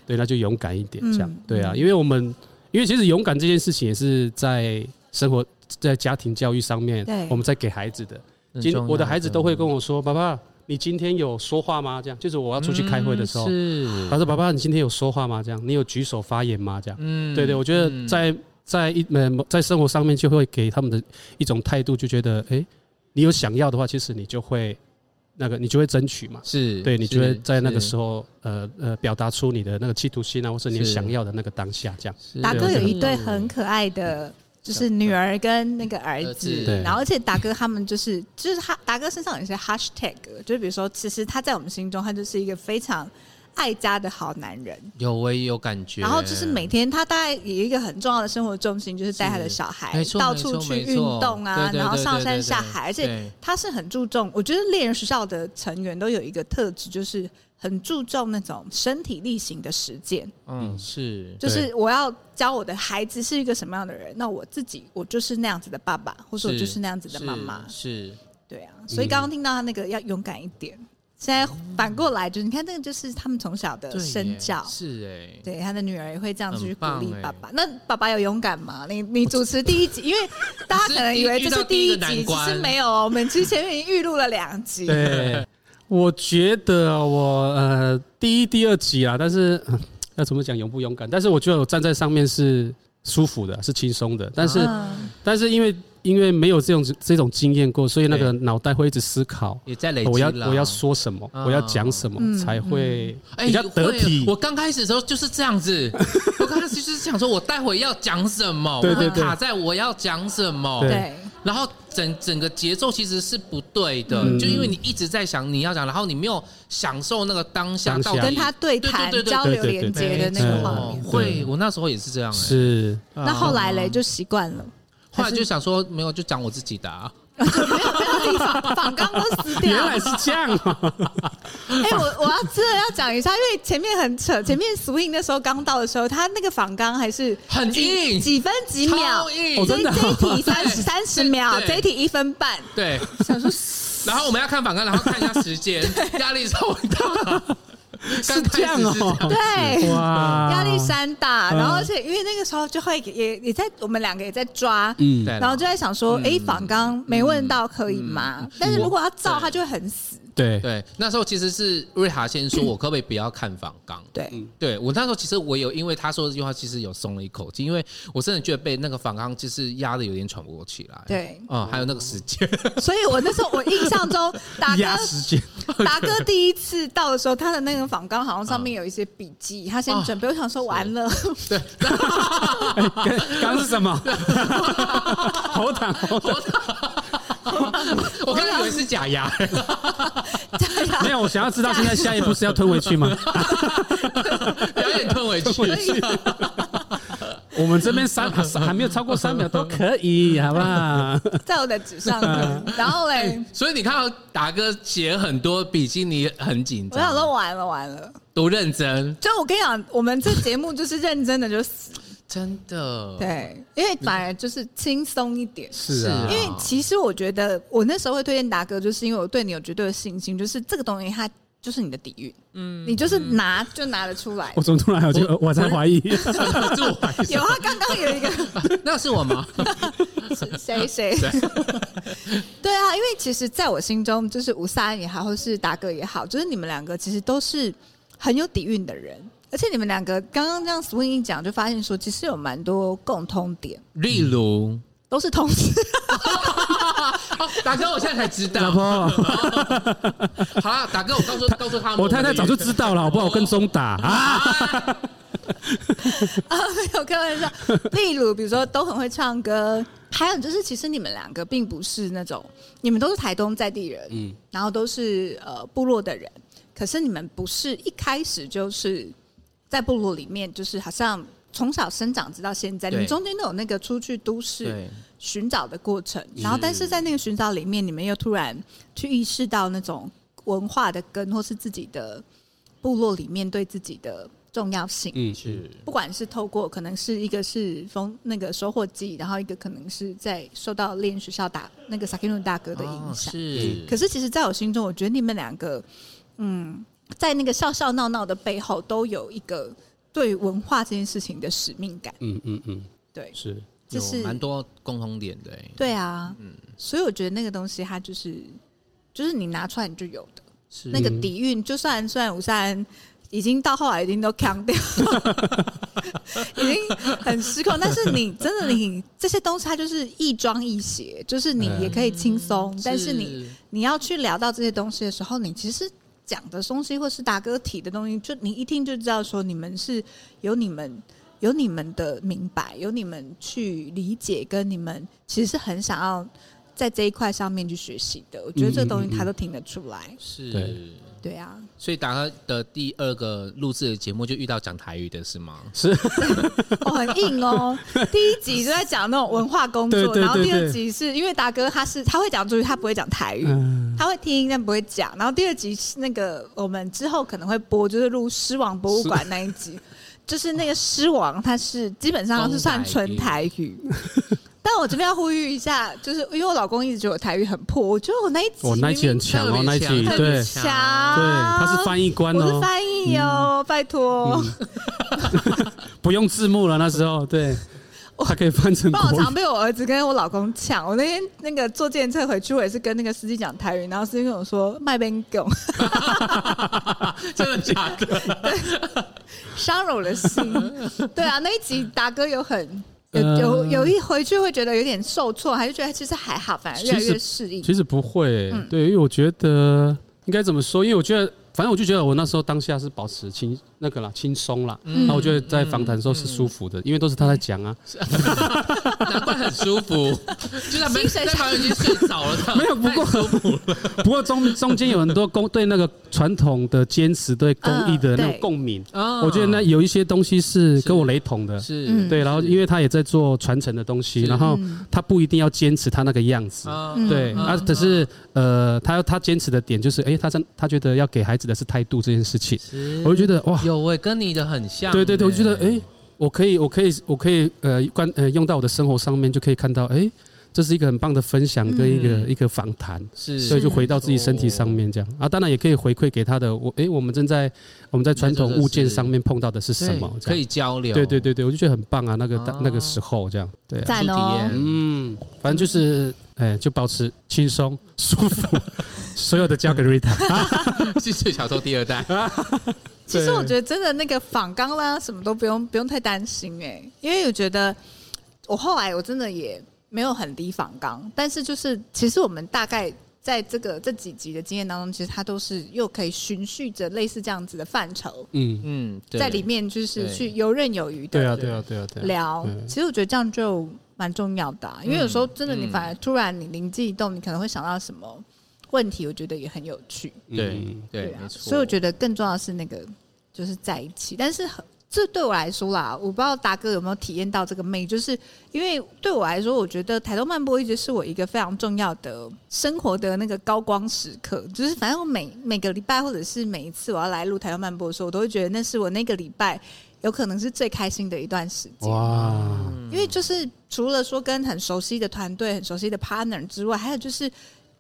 [SPEAKER 3] 对，那就勇敢一点，这样，
[SPEAKER 1] 嗯
[SPEAKER 3] 对啊，因为我们，因为其实勇敢这件事情也是在生活在家庭教育上面
[SPEAKER 1] 对，
[SPEAKER 3] 我们在给孩子的，今我的孩子都会跟我说，爸爸，你今天有说话吗？这样，就是我要出去开会的时候，
[SPEAKER 2] 嗯是，
[SPEAKER 3] 他说：“爸爸，你今天有说话吗？这样，你有举手发言吗？这样。”
[SPEAKER 2] 嗯
[SPEAKER 3] 对对，我觉得在在一呃在生活上面就会给他们的一种态度，就觉得哎、诶你有想要的话，其实你就会那个你就会争取嘛，
[SPEAKER 2] 是，
[SPEAKER 3] 对你就会在那个时
[SPEAKER 2] 候，
[SPEAKER 3] 候呃呃表达出你的那个企图心啊，或是你
[SPEAKER 2] 是
[SPEAKER 3] 想要的那个当下这样。
[SPEAKER 1] 达哥有一对
[SPEAKER 2] 是
[SPEAKER 1] 很可爱的，就是女儿跟那个儿
[SPEAKER 2] 嗯儿
[SPEAKER 1] 子
[SPEAKER 2] 子，
[SPEAKER 3] 对
[SPEAKER 1] 然后而且达哥他们就是就是他达哥身上有一些 hashtag，就是比如说，其实他在我们心中他就是一个非常爱家的好男人，
[SPEAKER 2] 有我也有感觉，
[SPEAKER 1] 然后就是每天他大概有一个很重要的生活重心就是带他的小
[SPEAKER 2] 没
[SPEAKER 1] 孩
[SPEAKER 2] 错
[SPEAKER 1] 到
[SPEAKER 2] 没
[SPEAKER 1] 处
[SPEAKER 2] 错
[SPEAKER 1] 去
[SPEAKER 2] 没
[SPEAKER 1] 运
[SPEAKER 2] 错
[SPEAKER 1] 动啊
[SPEAKER 2] 对，对
[SPEAKER 1] 然后
[SPEAKER 2] 对
[SPEAKER 1] 上
[SPEAKER 2] 对
[SPEAKER 1] 山
[SPEAKER 2] 对
[SPEAKER 1] 下
[SPEAKER 2] 对
[SPEAKER 1] 海，而且
[SPEAKER 2] 对
[SPEAKER 1] 他是很注重，我觉得猎人学校的成员都有一个特质，就是很注重那种身体力行的实践。
[SPEAKER 2] 嗯是
[SPEAKER 1] 就是我要教我的孩子是一个什么样的人，那我自己我就是那样子的爸爸，或者我就是那样子的妈妈，
[SPEAKER 2] 是
[SPEAKER 1] 对啊。所以刚刚听到他那个要勇敢一点，现在反过来就是你看那个就是他们从小的
[SPEAKER 2] 对
[SPEAKER 1] 身
[SPEAKER 2] 耶
[SPEAKER 1] 教，
[SPEAKER 2] 是哎，
[SPEAKER 1] 对他的女儿也会这样子去
[SPEAKER 2] 很
[SPEAKER 1] 鼓
[SPEAKER 2] 棒
[SPEAKER 1] 励
[SPEAKER 2] 哎
[SPEAKER 1] 爸爸。那爸爸有勇敢吗？你你主持第一集，因为大家可能以为这是第一
[SPEAKER 2] 遇到第
[SPEAKER 1] 集，其
[SPEAKER 2] 一个难关
[SPEAKER 1] 实没
[SPEAKER 2] (laughs)
[SPEAKER 1] 有哦，我们其实前面已经预录了两集，
[SPEAKER 3] (laughs) 对，我觉得我呃第一第二集啊，但是、嗯要怎么讲勇不勇敢？但是我觉得我站在上面是舒服的，是轻松的。但是、
[SPEAKER 1] 嗯
[SPEAKER 3] 但是因为因为没有这种这种经验过，所以那个
[SPEAKER 2] 对
[SPEAKER 3] 脑袋会一直思考，
[SPEAKER 2] 也在累积
[SPEAKER 3] 我要
[SPEAKER 2] 啦
[SPEAKER 3] 我要说什么，
[SPEAKER 2] 啊
[SPEAKER 3] 我要讲什么
[SPEAKER 1] 嗯
[SPEAKER 3] 才会
[SPEAKER 2] 哎
[SPEAKER 3] 比较得体
[SPEAKER 2] 会。我刚开始的时候就是这样
[SPEAKER 3] (laughs)
[SPEAKER 2] 子，我刚开始就是想说，我待会要讲什么，
[SPEAKER 3] 对
[SPEAKER 1] 对
[SPEAKER 2] 我会
[SPEAKER 1] 对
[SPEAKER 2] 卡在我要讲什么，
[SPEAKER 3] 对
[SPEAKER 1] 对，
[SPEAKER 2] 然后整整个节奏其实是不对的，
[SPEAKER 3] 嗯
[SPEAKER 2] 就因为你一直在想你要讲，然后你没有享受那个当下
[SPEAKER 3] 当
[SPEAKER 2] 到
[SPEAKER 3] 下
[SPEAKER 2] 底
[SPEAKER 1] 跟他对谈、
[SPEAKER 2] 对对对对
[SPEAKER 1] 交流、连接的那个画
[SPEAKER 2] 没
[SPEAKER 1] 面。
[SPEAKER 2] 错会
[SPEAKER 3] 对，
[SPEAKER 2] 我那时候也是这样、欸，
[SPEAKER 3] 是
[SPEAKER 1] 那后来
[SPEAKER 2] 嗯
[SPEAKER 1] 嘞，就习惯了，
[SPEAKER 2] 后来就想说没有，就讲我自己的、啊，
[SPEAKER 1] 仿纲都死掉
[SPEAKER 3] (laughs) 原
[SPEAKER 1] 了
[SPEAKER 3] 来。是这样啊！
[SPEAKER 1] (laughs) 哎、我我要真的要讲一下，因为前面很扯，前面 swing 那时候刚到的时候，他那个仿纲还是
[SPEAKER 2] 很
[SPEAKER 1] 几
[SPEAKER 2] 硬
[SPEAKER 1] 几分几秒
[SPEAKER 2] 超，硬，
[SPEAKER 1] 这
[SPEAKER 3] 哦真的
[SPEAKER 1] 这一题三
[SPEAKER 2] 对
[SPEAKER 1] 三十秒，
[SPEAKER 2] 对
[SPEAKER 1] 这一题一分半，
[SPEAKER 2] 对。
[SPEAKER 1] 想说
[SPEAKER 2] 然后我们要看反纲，然后看一下时
[SPEAKER 1] (laughs)
[SPEAKER 2] 间，压力超大，
[SPEAKER 3] 是这样
[SPEAKER 2] 刚开始是这
[SPEAKER 3] 哦
[SPEAKER 2] 样、
[SPEAKER 1] 对。
[SPEAKER 3] 哇
[SPEAKER 1] 压力山大，
[SPEAKER 3] 嗯
[SPEAKER 1] 然后而且因为那个时候就会也也在我们两个也在抓，
[SPEAKER 3] 嗯
[SPEAKER 2] 对啦
[SPEAKER 1] 然后就在想说，哎，仿纲没问到可以吗？但是如果要照，
[SPEAKER 2] 对
[SPEAKER 1] 他就会很死。
[SPEAKER 3] 对
[SPEAKER 2] 对，那时候其实是瑞哈先说，我可不可以不要看反纲？
[SPEAKER 1] 对，
[SPEAKER 2] 对我那时候其实我有因为他说这句话，其实有松了一口气，因为我真的觉得被那个反纲就是压的有点喘不过气来。
[SPEAKER 1] 对
[SPEAKER 2] 嗯，还有那个时间，
[SPEAKER 1] 所以我那时候我印象中，达
[SPEAKER 3] 压
[SPEAKER 1] 哥
[SPEAKER 3] 时间，
[SPEAKER 1] 达哥第一次到的时候，他的那个访纲好像上面有一些笔记，他先
[SPEAKER 2] 啊
[SPEAKER 1] 准备。我想说完了，
[SPEAKER 3] 刚是什么？ (laughs) 喉糖，喉糖，
[SPEAKER 2] 我刚才以为是假牙，
[SPEAKER 1] (laughs) 对啊呀
[SPEAKER 3] 没有，我想要知道现在下一步是要吞回去吗？
[SPEAKER 2] 表演吞回
[SPEAKER 3] 吞回
[SPEAKER 2] 去。
[SPEAKER 3] 去。我们这边三还没有超过三秒都可以，好不好？
[SPEAKER 1] 在我的纸上。
[SPEAKER 3] 哎
[SPEAKER 1] 然后嘞，
[SPEAKER 2] 所以你看到达哥写很多比基尼很紧
[SPEAKER 1] 我想
[SPEAKER 2] 张，
[SPEAKER 1] 说完了完了。
[SPEAKER 2] 多认真，
[SPEAKER 1] 就我跟你讲，我们这节目就是认真的就死，
[SPEAKER 2] 真的。
[SPEAKER 3] 哦
[SPEAKER 1] 对，因为反而就是轻松一点。
[SPEAKER 3] 是啊
[SPEAKER 1] 因，为其实我觉得，我那时候会推荐达哥，就是因为我对你有绝对的信心，就是这个东西它就是你的底蕴，嗯，你就是拿就拿得出来
[SPEAKER 3] (laughs) 我。怎么突然有这个？我在怀疑，
[SPEAKER 2] 是我
[SPEAKER 1] 有啊，刚刚有一个
[SPEAKER 2] 那是我吗？
[SPEAKER 1] 谁谁？ (laughs) 对啊，因为其实在我心中，就是吴三也好，或是达哥也好，就是你们两个其实都是很有底蕴的人，而且你们两个刚刚这样 swing 一讲，就发现说其实有蛮多共通点，
[SPEAKER 2] 例
[SPEAKER 3] (laughs)
[SPEAKER 2] 如，
[SPEAKER 1] 都是同事。
[SPEAKER 2] 哦，达哥，我现在才知道。
[SPEAKER 3] 老婆，
[SPEAKER 2] 好了，达哥，我告诉告诉他们，
[SPEAKER 3] 我太太早就知道了，好不好？我跟钟打啊，
[SPEAKER 1] 啊，没有开玩
[SPEAKER 2] (laughs)
[SPEAKER 1] 笑。例如，比如说都很会唱歌，还有就是，其实你们两个并不是那种，你们都是台东在地人，嗯，然后都是呃部落的人，可是你们不是一开始就是在部落里面，就是好像从小生长直到现在，你们
[SPEAKER 2] 对
[SPEAKER 1] 中间都有那个出去都市
[SPEAKER 2] 对嗯
[SPEAKER 1] 寻找的过程，然后但是在那个寻找里面，你们又突然去意识到那种文化的根，或是自己的部落里面对自己的重要性，
[SPEAKER 3] 嗯，
[SPEAKER 2] 是
[SPEAKER 1] 不管是透过可能是一个是丰那个收获季，然后一个可能是在受到猎人学校打那个萨克努大哥的影响。
[SPEAKER 2] 哦啊是
[SPEAKER 1] 可是其实，在我心中，我觉得你们两个，嗯，在那个笑笑闹闹的背后，都有一个对文化这件事情的使命感。
[SPEAKER 3] 嗯嗯嗯，
[SPEAKER 1] 对，
[SPEAKER 3] 是
[SPEAKER 1] 就
[SPEAKER 2] 有
[SPEAKER 1] 是
[SPEAKER 2] 蛮多共同点的欸，
[SPEAKER 1] 对啊，所以我觉得那个东西，它就是就是你拿出来你就有的
[SPEAKER 2] 是
[SPEAKER 1] 那个
[SPEAKER 3] 嗯
[SPEAKER 1] 底蕴，就算虽然吴善已经到后来已经都扛掉 (laughs) 了，已经很失控，但是你真的你这些东西，它就是亦庄亦谐，就是你也可以轻松，
[SPEAKER 2] 嗯
[SPEAKER 1] 但是你你要去聊到这些东西的时候，你其实讲的东西或是大哥提的东西，就你一听就知道说你们是有你们有你们的明白，有你们去理解，跟你们其实是很想要在这一块上面去学习的。我觉得这个东西他都听得出来，
[SPEAKER 2] 是
[SPEAKER 3] 对。
[SPEAKER 1] 对啊，
[SPEAKER 2] 所以达哥的第二个录制的节目就遇到讲台语的是吗？
[SPEAKER 3] 是，
[SPEAKER 1] 哦，很硬
[SPEAKER 3] (laughs)
[SPEAKER 1] 哦。第一集就在讲那种文化工作，
[SPEAKER 3] 对对对
[SPEAKER 1] 然后第二
[SPEAKER 3] 对
[SPEAKER 1] 集是因为达哥他是他会讲中语，他不会讲台语，
[SPEAKER 3] 嗯，
[SPEAKER 1] 他会听但不会讲。然后第二集是那个我们之后可能会播，就是录狮王博物馆那一
[SPEAKER 3] (laughs)
[SPEAKER 1] 集，就是那个狮王他是基本上是算纯台
[SPEAKER 3] (laughs)
[SPEAKER 1] 语。但我这边要呼吁一下，就是因为我老公一直觉得我台语很破，我觉得我那一集
[SPEAKER 3] 我那一期
[SPEAKER 1] 明明
[SPEAKER 2] 特
[SPEAKER 3] 很强哦，
[SPEAKER 2] 别
[SPEAKER 3] 那一期
[SPEAKER 2] 强
[SPEAKER 3] 对
[SPEAKER 2] 特
[SPEAKER 1] 很
[SPEAKER 3] 对，
[SPEAKER 1] 强，
[SPEAKER 3] 他是翻译官
[SPEAKER 1] 我是
[SPEAKER 3] 哦，嗯
[SPEAKER 1] 翻译哦，拜托。
[SPEAKER 3] 不用字幕了那时候，对，
[SPEAKER 1] 我
[SPEAKER 3] 还可以翻成
[SPEAKER 1] 不然我
[SPEAKER 3] 国语
[SPEAKER 1] 常。被我儿子跟我老公呛。我那天那个坐电车回去，我也是跟那个司机讲台语，然后司机跟我说“卖边狗
[SPEAKER 2] (laughs) 真的假的？”，
[SPEAKER 1] (laughs) 伤了我的
[SPEAKER 3] (laughs)
[SPEAKER 1] 心。对啊，那一集达哥有很有
[SPEAKER 3] 呃
[SPEAKER 1] 有有一回去会觉得有点受挫，还是觉得其实还好，反而越来
[SPEAKER 3] 其
[SPEAKER 1] 越
[SPEAKER 3] 实
[SPEAKER 1] 适应。
[SPEAKER 3] 其实不会、
[SPEAKER 2] 嗯
[SPEAKER 3] 对，因为我觉得应该怎么说？因为我觉得，反正我就觉得我那时候当下是保持轻那个啦，轻松啦。
[SPEAKER 2] 嗯
[SPEAKER 3] 那、我觉得在访谈的时候是舒服的，因为都是他
[SPEAKER 2] (laughs)
[SPEAKER 3] 在讲啊，
[SPEAKER 2] 难怪很舒服， (laughs) 就是他们
[SPEAKER 1] 薪水
[SPEAKER 2] 在旁边已经睡着了，
[SPEAKER 3] (laughs) 没有。不过
[SPEAKER 2] (laughs)
[SPEAKER 3] 不过中中间有很多公对那个传统的坚持，对公益的
[SPEAKER 1] 嗯对
[SPEAKER 3] 那种共鸣，
[SPEAKER 2] 啊
[SPEAKER 3] 我觉得那有一些东西是
[SPEAKER 2] 是
[SPEAKER 3] 跟我雷同的。
[SPEAKER 2] 是
[SPEAKER 1] 嗯
[SPEAKER 3] 对，然后因为他也在做传承的东西，
[SPEAKER 2] 是
[SPEAKER 3] 然后
[SPEAKER 1] 嗯
[SPEAKER 3] 他不一定要坚持他那个样子，
[SPEAKER 2] 啊
[SPEAKER 1] 嗯
[SPEAKER 3] 对，
[SPEAKER 2] 嗯
[SPEAKER 3] 啊，
[SPEAKER 2] 嗯
[SPEAKER 3] 只是呃，他他坚持的点就是，哎、他真他觉得要给孩子的是态度这件事情，
[SPEAKER 2] 是
[SPEAKER 3] 我就觉得哇，
[SPEAKER 2] 有喂，跟你的很像。
[SPEAKER 3] 对对对，我觉得哎、
[SPEAKER 2] 哎，
[SPEAKER 3] 我可以我可以我可以呃关呃用到我的生活上面，就可以看到，哎、这是一个很棒的分享跟一个、
[SPEAKER 2] 嗯
[SPEAKER 3] 一个访谈，
[SPEAKER 2] 是，哦
[SPEAKER 3] 所以就回到自己身体上面这样啊，当然也可以回馈给他的我，哎、我们正在我们嗯在传统物件上面碰到的是
[SPEAKER 2] 对
[SPEAKER 3] 什么？这
[SPEAKER 2] 可
[SPEAKER 3] 样
[SPEAKER 2] 以交流？
[SPEAKER 3] 对哦
[SPEAKER 2] (laughs)
[SPEAKER 3] 对对对，我就觉得很棒啊，那个、
[SPEAKER 2] 哦
[SPEAKER 3] 那个时候这样，对、啊，
[SPEAKER 1] 赞
[SPEAKER 2] 去体
[SPEAKER 1] 哦
[SPEAKER 2] 验，
[SPEAKER 3] 嗯，反正就是，哎、就保持轻松舒 (laughs) 服，所有的交给 Rita。
[SPEAKER 2] 是最小偷第二
[SPEAKER 3] (laughs)
[SPEAKER 2] 代，
[SPEAKER 1] 其实
[SPEAKER 3] 对
[SPEAKER 1] 我觉得真的那个仿钢啦，什么都不用不用太担心哎、因为我觉得我后来我真的也没有很低仿钢，但是就是其实我们大概在这个这几集的经验当中，其实它都是又可以循序着类似这样子的范畴，
[SPEAKER 3] 嗯，
[SPEAKER 2] 嗯，对
[SPEAKER 1] 在里面就是
[SPEAKER 2] 对
[SPEAKER 1] 去游刃有余
[SPEAKER 3] 对
[SPEAKER 1] 的
[SPEAKER 3] 啊，对啊，对啊，对啊。
[SPEAKER 1] 聊
[SPEAKER 3] 对。
[SPEAKER 1] 其实我觉得这样就蛮重要的啊、因为有时
[SPEAKER 3] 嗯
[SPEAKER 1] 候真的你反而突然你灵机一动，你可能会想到什么问题，我觉得也很有趣。
[SPEAKER 2] 对
[SPEAKER 3] 嗯
[SPEAKER 2] 对，
[SPEAKER 1] 啊
[SPEAKER 2] 没，错。
[SPEAKER 1] 所以我觉得更重要的是那个就是在一起，但是很这对我来说啦，我不知道达哥有没有体验到这个魅力，就是因为对我来说，我觉得台东漫播一直是我一个非常重要的生活的那个高光时刻，就是反正我每每个礼拜或者是每一次我要来录台东漫播的时候，我都会觉得那是我那个礼拜有可能是最开心的一段时
[SPEAKER 2] 哦
[SPEAKER 1] 间。
[SPEAKER 3] 哇，
[SPEAKER 1] 因为就是除了说跟很熟悉的团队、很熟悉的 partner 之外，还有就是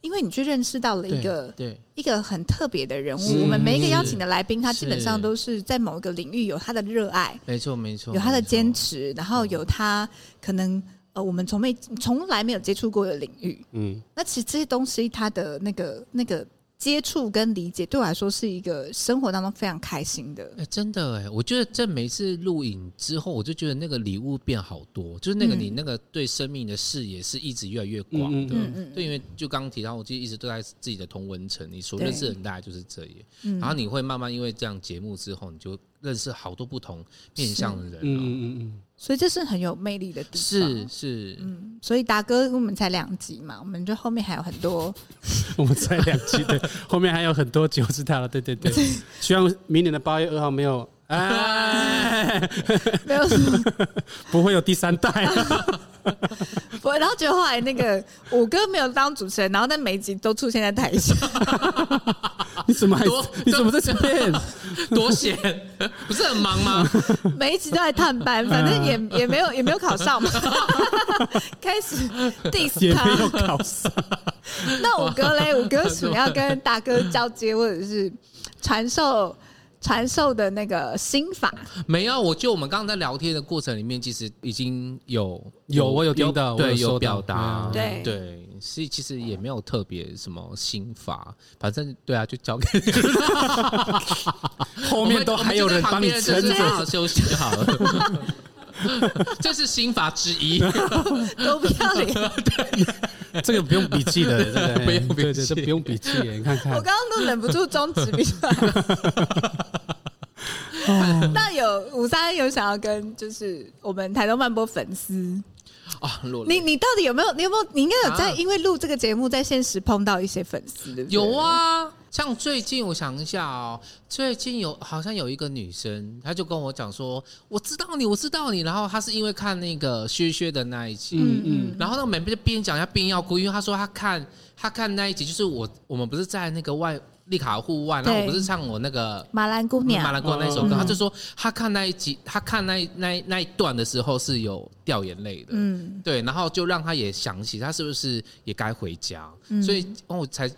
[SPEAKER 1] 因为你去认识到了一
[SPEAKER 2] 对
[SPEAKER 1] 个
[SPEAKER 2] 对
[SPEAKER 1] 一个很特别的人
[SPEAKER 2] 是
[SPEAKER 1] 物。我们每一个邀请的来宾，他
[SPEAKER 2] 是
[SPEAKER 1] 基本上都是在某一个领域有他的热爱，
[SPEAKER 2] 没错没错，
[SPEAKER 1] 有他的
[SPEAKER 2] 没错
[SPEAKER 1] 坚，持，然后有他可能呃我们从没从来没有接触过的领域。
[SPEAKER 3] 嗯，
[SPEAKER 1] 那其实这些东西，他的那个那个接触跟理解，对我来说是一个生活当中非常开心的。
[SPEAKER 2] 哎，真的哎，我觉得这每次录影之后，我就觉得那个礼物变好多，就是那个
[SPEAKER 1] 嗯
[SPEAKER 2] 你那个对生命的视野是一直越来越广
[SPEAKER 3] 嗯嗯
[SPEAKER 2] 的。
[SPEAKER 1] 嗯嗯
[SPEAKER 2] 对，因为就刚刚提到，我就一直都在自己的同文层，你所
[SPEAKER 1] 对
[SPEAKER 2] 认识的人大概就是这样。
[SPEAKER 1] 嗯
[SPEAKER 2] 然后你会慢慢因为这样节目之后，你就认识好多不同面向的人、哦
[SPEAKER 3] 嗯嗯嗯
[SPEAKER 1] 所以这是很有魅力的地方。
[SPEAKER 2] 是是，
[SPEAKER 1] 嗯，所以达哥我们才两集嘛，我们就后面还有很
[SPEAKER 2] (laughs)
[SPEAKER 1] 多。
[SPEAKER 3] 嗯， (laughs) 我们才两期的，后面还有很多酒知道了，对对对，希望明年的八月二号没有，哎，
[SPEAKER 1] 没有 (laughs) 什么，
[SPEAKER 3] 不会有第三代，
[SPEAKER 1] 我然后结果后来那个我哥没有当主持人，然后但每一集都出现在台下，
[SPEAKER 3] 你怎么还
[SPEAKER 2] 多
[SPEAKER 3] 你怎么在这边？
[SPEAKER 2] (laughs) 多闲， (laughs) 不是很忙吗？
[SPEAKER 1] 每一集都在探
[SPEAKER 3] (laughs)
[SPEAKER 1] 班，反正
[SPEAKER 3] 嗯
[SPEAKER 1] 也也没有也没有考上嘛。开始 diss
[SPEAKER 3] 也没有
[SPEAKER 1] 他，
[SPEAKER 3] 考上，
[SPEAKER 1] 那我哥嘞，我哥属于要跟大哥交接或者是传授传授的那个心法，
[SPEAKER 2] 没有，我觉得我们刚刚在聊天的过程里面，其实已经有
[SPEAKER 3] 有我有听到我有
[SPEAKER 2] 对，
[SPEAKER 3] 收到嗯
[SPEAKER 2] 有表达，
[SPEAKER 1] 对
[SPEAKER 2] 对，所以其实也没有特别什么心法，反正对啊，就交给
[SPEAKER 3] 后面都还有人帮你撑
[SPEAKER 2] 我们就在旁边就是好好
[SPEAKER 3] 着。
[SPEAKER 2] 休息就好了。
[SPEAKER 3] (laughs)
[SPEAKER 2] 这是心法之一，哦
[SPEAKER 1] 都不要
[SPEAKER 3] (laughs)
[SPEAKER 1] 脸。
[SPEAKER 3] 这个不用笔记的，对对？
[SPEAKER 2] 不用笔记
[SPEAKER 3] 对对，这不用笔记，你看
[SPEAKER 1] 我
[SPEAKER 3] 看
[SPEAKER 1] 刚，刚都忍不住中指
[SPEAKER 3] (laughs)
[SPEAKER 1] 比出来。那有五三有想要跟就是我们台东漫播粉丝，
[SPEAKER 2] 啊，落泪
[SPEAKER 1] 你你到底有没有？你有没有？你应该有在
[SPEAKER 2] 啊
[SPEAKER 1] 因为录这个节目在现实碰到一些粉丝，对不对
[SPEAKER 2] 有，啊，像最近我想一下哦，最近有好像有一个女生，她就跟我讲说，我知道你，我知道你。然后她是因为看那个薛薛的那一集，
[SPEAKER 3] 嗯嗯，
[SPEAKER 2] 然后那个美妹就边讲她边要哭，因为她说她看她看那一集，就是我我们不是在那个外丽卡户外，然后我
[SPEAKER 1] 对
[SPEAKER 2] 不是唱我那个。
[SPEAKER 1] 马兰姑
[SPEAKER 2] 马
[SPEAKER 1] 娘，
[SPEAKER 2] 兰光那首歌，
[SPEAKER 1] 嗯
[SPEAKER 2] 她就说她看那一集，她看那一那一那一段的时候是有掉眼泪的，
[SPEAKER 1] 嗯，
[SPEAKER 2] 对，然后就让他也想起他是不是也该回家，
[SPEAKER 1] 嗯
[SPEAKER 2] 所以哦我才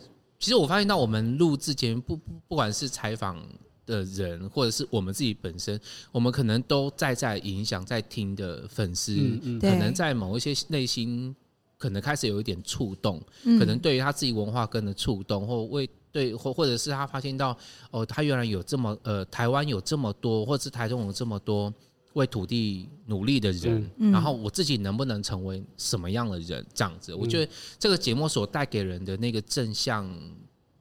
[SPEAKER 2] 其实我发现到我们录制节目不不不管是采访的人，或者是我们自己本身，我们可能都在在影响在听的粉丝，
[SPEAKER 3] 嗯嗯
[SPEAKER 2] 可
[SPEAKER 1] 对
[SPEAKER 2] 能在某一些内心可能开始有一点触动，
[SPEAKER 1] 嗯
[SPEAKER 2] 可能对于他自己文化根的触动，或为对或或者是他发现到哦，他原来有这么呃，台湾有这么多，或者是台中有这么多为土地努力的人，
[SPEAKER 1] 嗯
[SPEAKER 2] 然后我自己能不能成为什么样的人？这样
[SPEAKER 1] 嗯
[SPEAKER 2] 子，我觉得这个节目所带给人的那个正向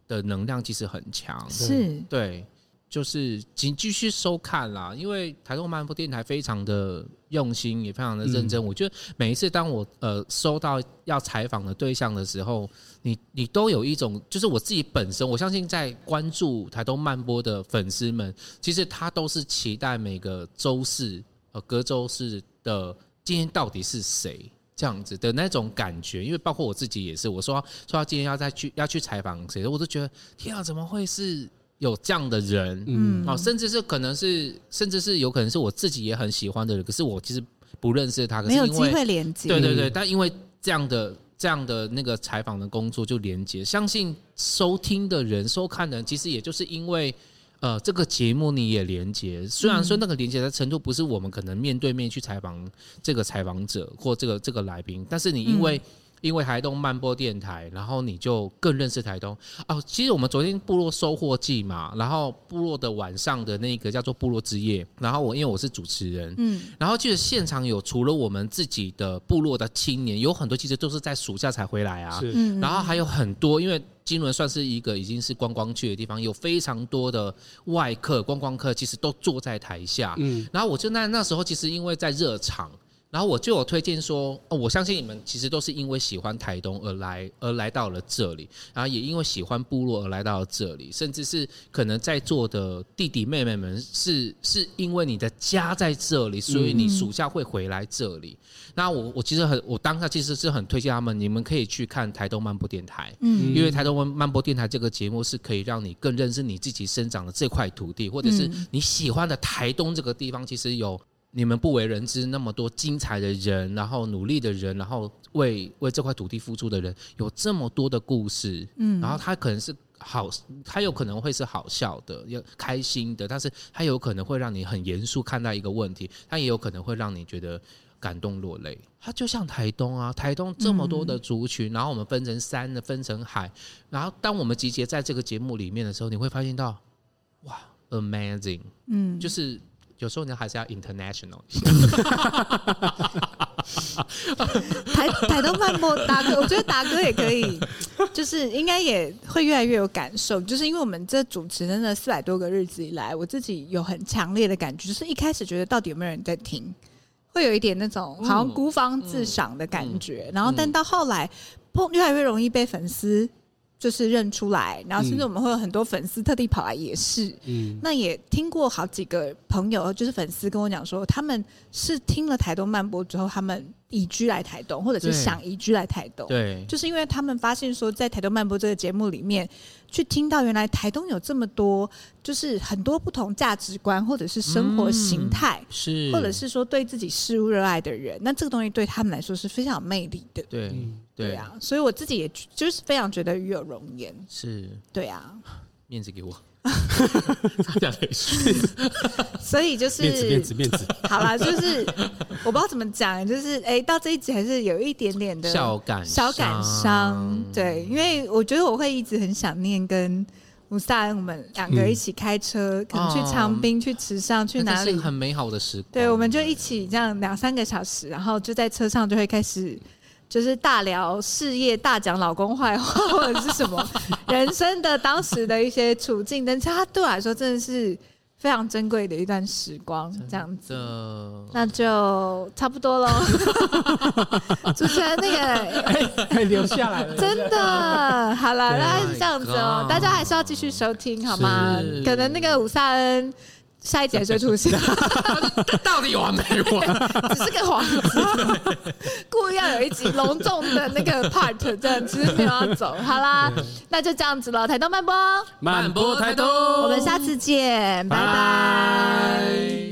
[SPEAKER 2] 的能量其实很强，
[SPEAKER 1] 是
[SPEAKER 2] 对。就是请继续收看啦，因为台中漫步电台非常的用心，也非常的认真。我觉得每一次当我呃收到要采访的对象的时候，你你都有一种，就是我自己本身，我相信在关注台东漫播的粉丝们，其实他都是期待每个周四呃隔周四的今天到底是谁。这样子的那种感觉，因为包括我自己也是，我说说到今天要再去要去采访谁，我都觉得天啊，怎么会是有这样的人？
[SPEAKER 3] 嗯
[SPEAKER 2] 哦，甚至是可能是，甚至是有可能是我自己也很喜欢的人，可是我其实不认识他，可是
[SPEAKER 1] 没有
[SPEAKER 2] 因
[SPEAKER 1] 机
[SPEAKER 2] 为
[SPEAKER 1] 会连接，
[SPEAKER 2] 对对对，但因为这样的这样的那个采访的工作就连接，相信收听的人、收看的人，其实也就是因为。呃，这个节目你也连接，虽然说那个连接的程度不是我们可能面对面去采访这个采访者或这个这个来宾，但是你因为、因为台东慢播电台，然后你就更认识台东哦。其实我们昨天部落收获季嘛，然后部落的晚上的那个叫做部落之夜，然后我因为我是主持人，
[SPEAKER 1] 嗯，
[SPEAKER 2] 然后记得现场有除了我们自己的部落的青年，有很多其实都是在暑假才回来啊。
[SPEAKER 3] 是
[SPEAKER 1] 嗯，
[SPEAKER 2] 然后还有很多，因为金轮算是一个已经是观光去的地方，有非常多的外客、观光客，其实都坐在台下。
[SPEAKER 3] 嗯
[SPEAKER 2] 然后我就那那时候其实因为在热场，然后我就有推荐说，哦，我相信你们其实都是因为喜欢台东而来而来到了这里，然后也因为喜欢部落而来到了这里，甚至是可能在座的弟弟妹妹们是是因为你的家在这里，所以
[SPEAKER 1] 嗯
[SPEAKER 2] 你暑假会回来这里。那我我其实很我当下其实是很推荐他们，你们可以去看台东漫步电台。
[SPEAKER 1] 嗯
[SPEAKER 2] 因为台东漫播电台这个节目是可以让你更认识你自己生长的这块土地，或者是
[SPEAKER 1] 嗯
[SPEAKER 2] 你喜欢的台东这个地方，其实有你们不为人知那么多精彩的人，然后努力的人，然后为为这块土地付出的人，有这么多的故事，
[SPEAKER 1] 嗯
[SPEAKER 2] 然后它可能是。好，它有可能会是好笑的，也开心的，但是它有可能会让你很严肃看待一个问题，它也有可能会让你觉得感动落泪。它就像台东啊，台东这么多
[SPEAKER 1] 嗯
[SPEAKER 2] 的族群，然后我们分成山的，分成海，然后当我们集结在这个节目里面的时候，你会发现到，哇，amazing，
[SPEAKER 1] 嗯
[SPEAKER 2] 就是有时候你还是要 international，
[SPEAKER 1] 台台东漫播达
[SPEAKER 2] (laughs)
[SPEAKER 1] 哥，我觉得达哥也可以，就是应该也会越来越有感受，就是因为我们这主持真的四百多个日子以来，我自己有很强烈的感觉，就是一开始觉得到底有没有人在听，会有一点那
[SPEAKER 2] 嗯
[SPEAKER 1] 种好像孤芳自赏的感觉，然后但到后来，碰越来越容易被粉丝。就是认出来，
[SPEAKER 2] 嗯
[SPEAKER 1] 然后甚至我们会有很多粉丝特地跑来也是，
[SPEAKER 3] 嗯
[SPEAKER 1] 那也听过好几个朋友，就是粉丝跟我讲说，他们是听了台东漫播之后，他们移居来台东，或者是
[SPEAKER 2] 对
[SPEAKER 1] 想移居来台东。
[SPEAKER 2] 对，
[SPEAKER 1] 就是因为他们发现说，在台东漫播这个节目里面，去听到原来台东有这么多，就是很多不同价值观或者是生活形态，
[SPEAKER 2] 嗯是，
[SPEAKER 1] 或者是说对自己事物热爱的人，那这个东西对他们来说是非常有魅力的。
[SPEAKER 2] 对
[SPEAKER 3] 嗯
[SPEAKER 1] 对，啊，所以我自己也就是非常觉得与有容颜。
[SPEAKER 2] 是
[SPEAKER 1] 对啊，
[SPEAKER 2] 面子
[SPEAKER 1] (laughs)
[SPEAKER 2] 给我，差点没说
[SPEAKER 1] 所以
[SPEAKER 2] (laughs)
[SPEAKER 1] 就是
[SPEAKER 3] 面子面子面子，
[SPEAKER 1] 好啦，就是我不知道怎么讲，就是哎、到这一集还是有一点点的
[SPEAKER 2] 小感
[SPEAKER 1] 小感伤，对，因为我觉得我会一直很想念跟吴萨恩我们两个一起开车，可能去长滨、去池上、去
[SPEAKER 2] 哦那
[SPEAKER 1] 哪
[SPEAKER 2] 是
[SPEAKER 1] 里
[SPEAKER 2] 个，很美好的时光，
[SPEAKER 1] 对，我们就一起这样两三个小时，然后就在车上就会开始。就是大聊事业，大讲老公坏话，或者是什
[SPEAKER 2] (laughs)
[SPEAKER 1] 么人生的当时的一些处境，但是它对我来说真的是非常珍贵的一段时光，这样子。
[SPEAKER 2] 的
[SPEAKER 1] 那就差不多喽。主持人那个
[SPEAKER 3] 哎留下来了，
[SPEAKER 1] 真的好了，
[SPEAKER 3] 对
[SPEAKER 1] 那是这样子哦，
[SPEAKER 2] Oh God
[SPEAKER 1] 大家还是要继续收听好吗
[SPEAKER 2] 是？
[SPEAKER 1] 可能那个伍萨恩下一节就出现，
[SPEAKER 2] (laughs)
[SPEAKER 1] (laughs)
[SPEAKER 2] 到底有完没完？ (laughs)
[SPEAKER 1] 只是个幌子，故意要有一集隆重的那个 part，这样其实没有要走。好啦，
[SPEAKER 2] 嗯
[SPEAKER 1] 那就这样子了，台东慢播，
[SPEAKER 3] 满播台东，
[SPEAKER 1] 我们下次见，拜拜。
[SPEAKER 3] 拜。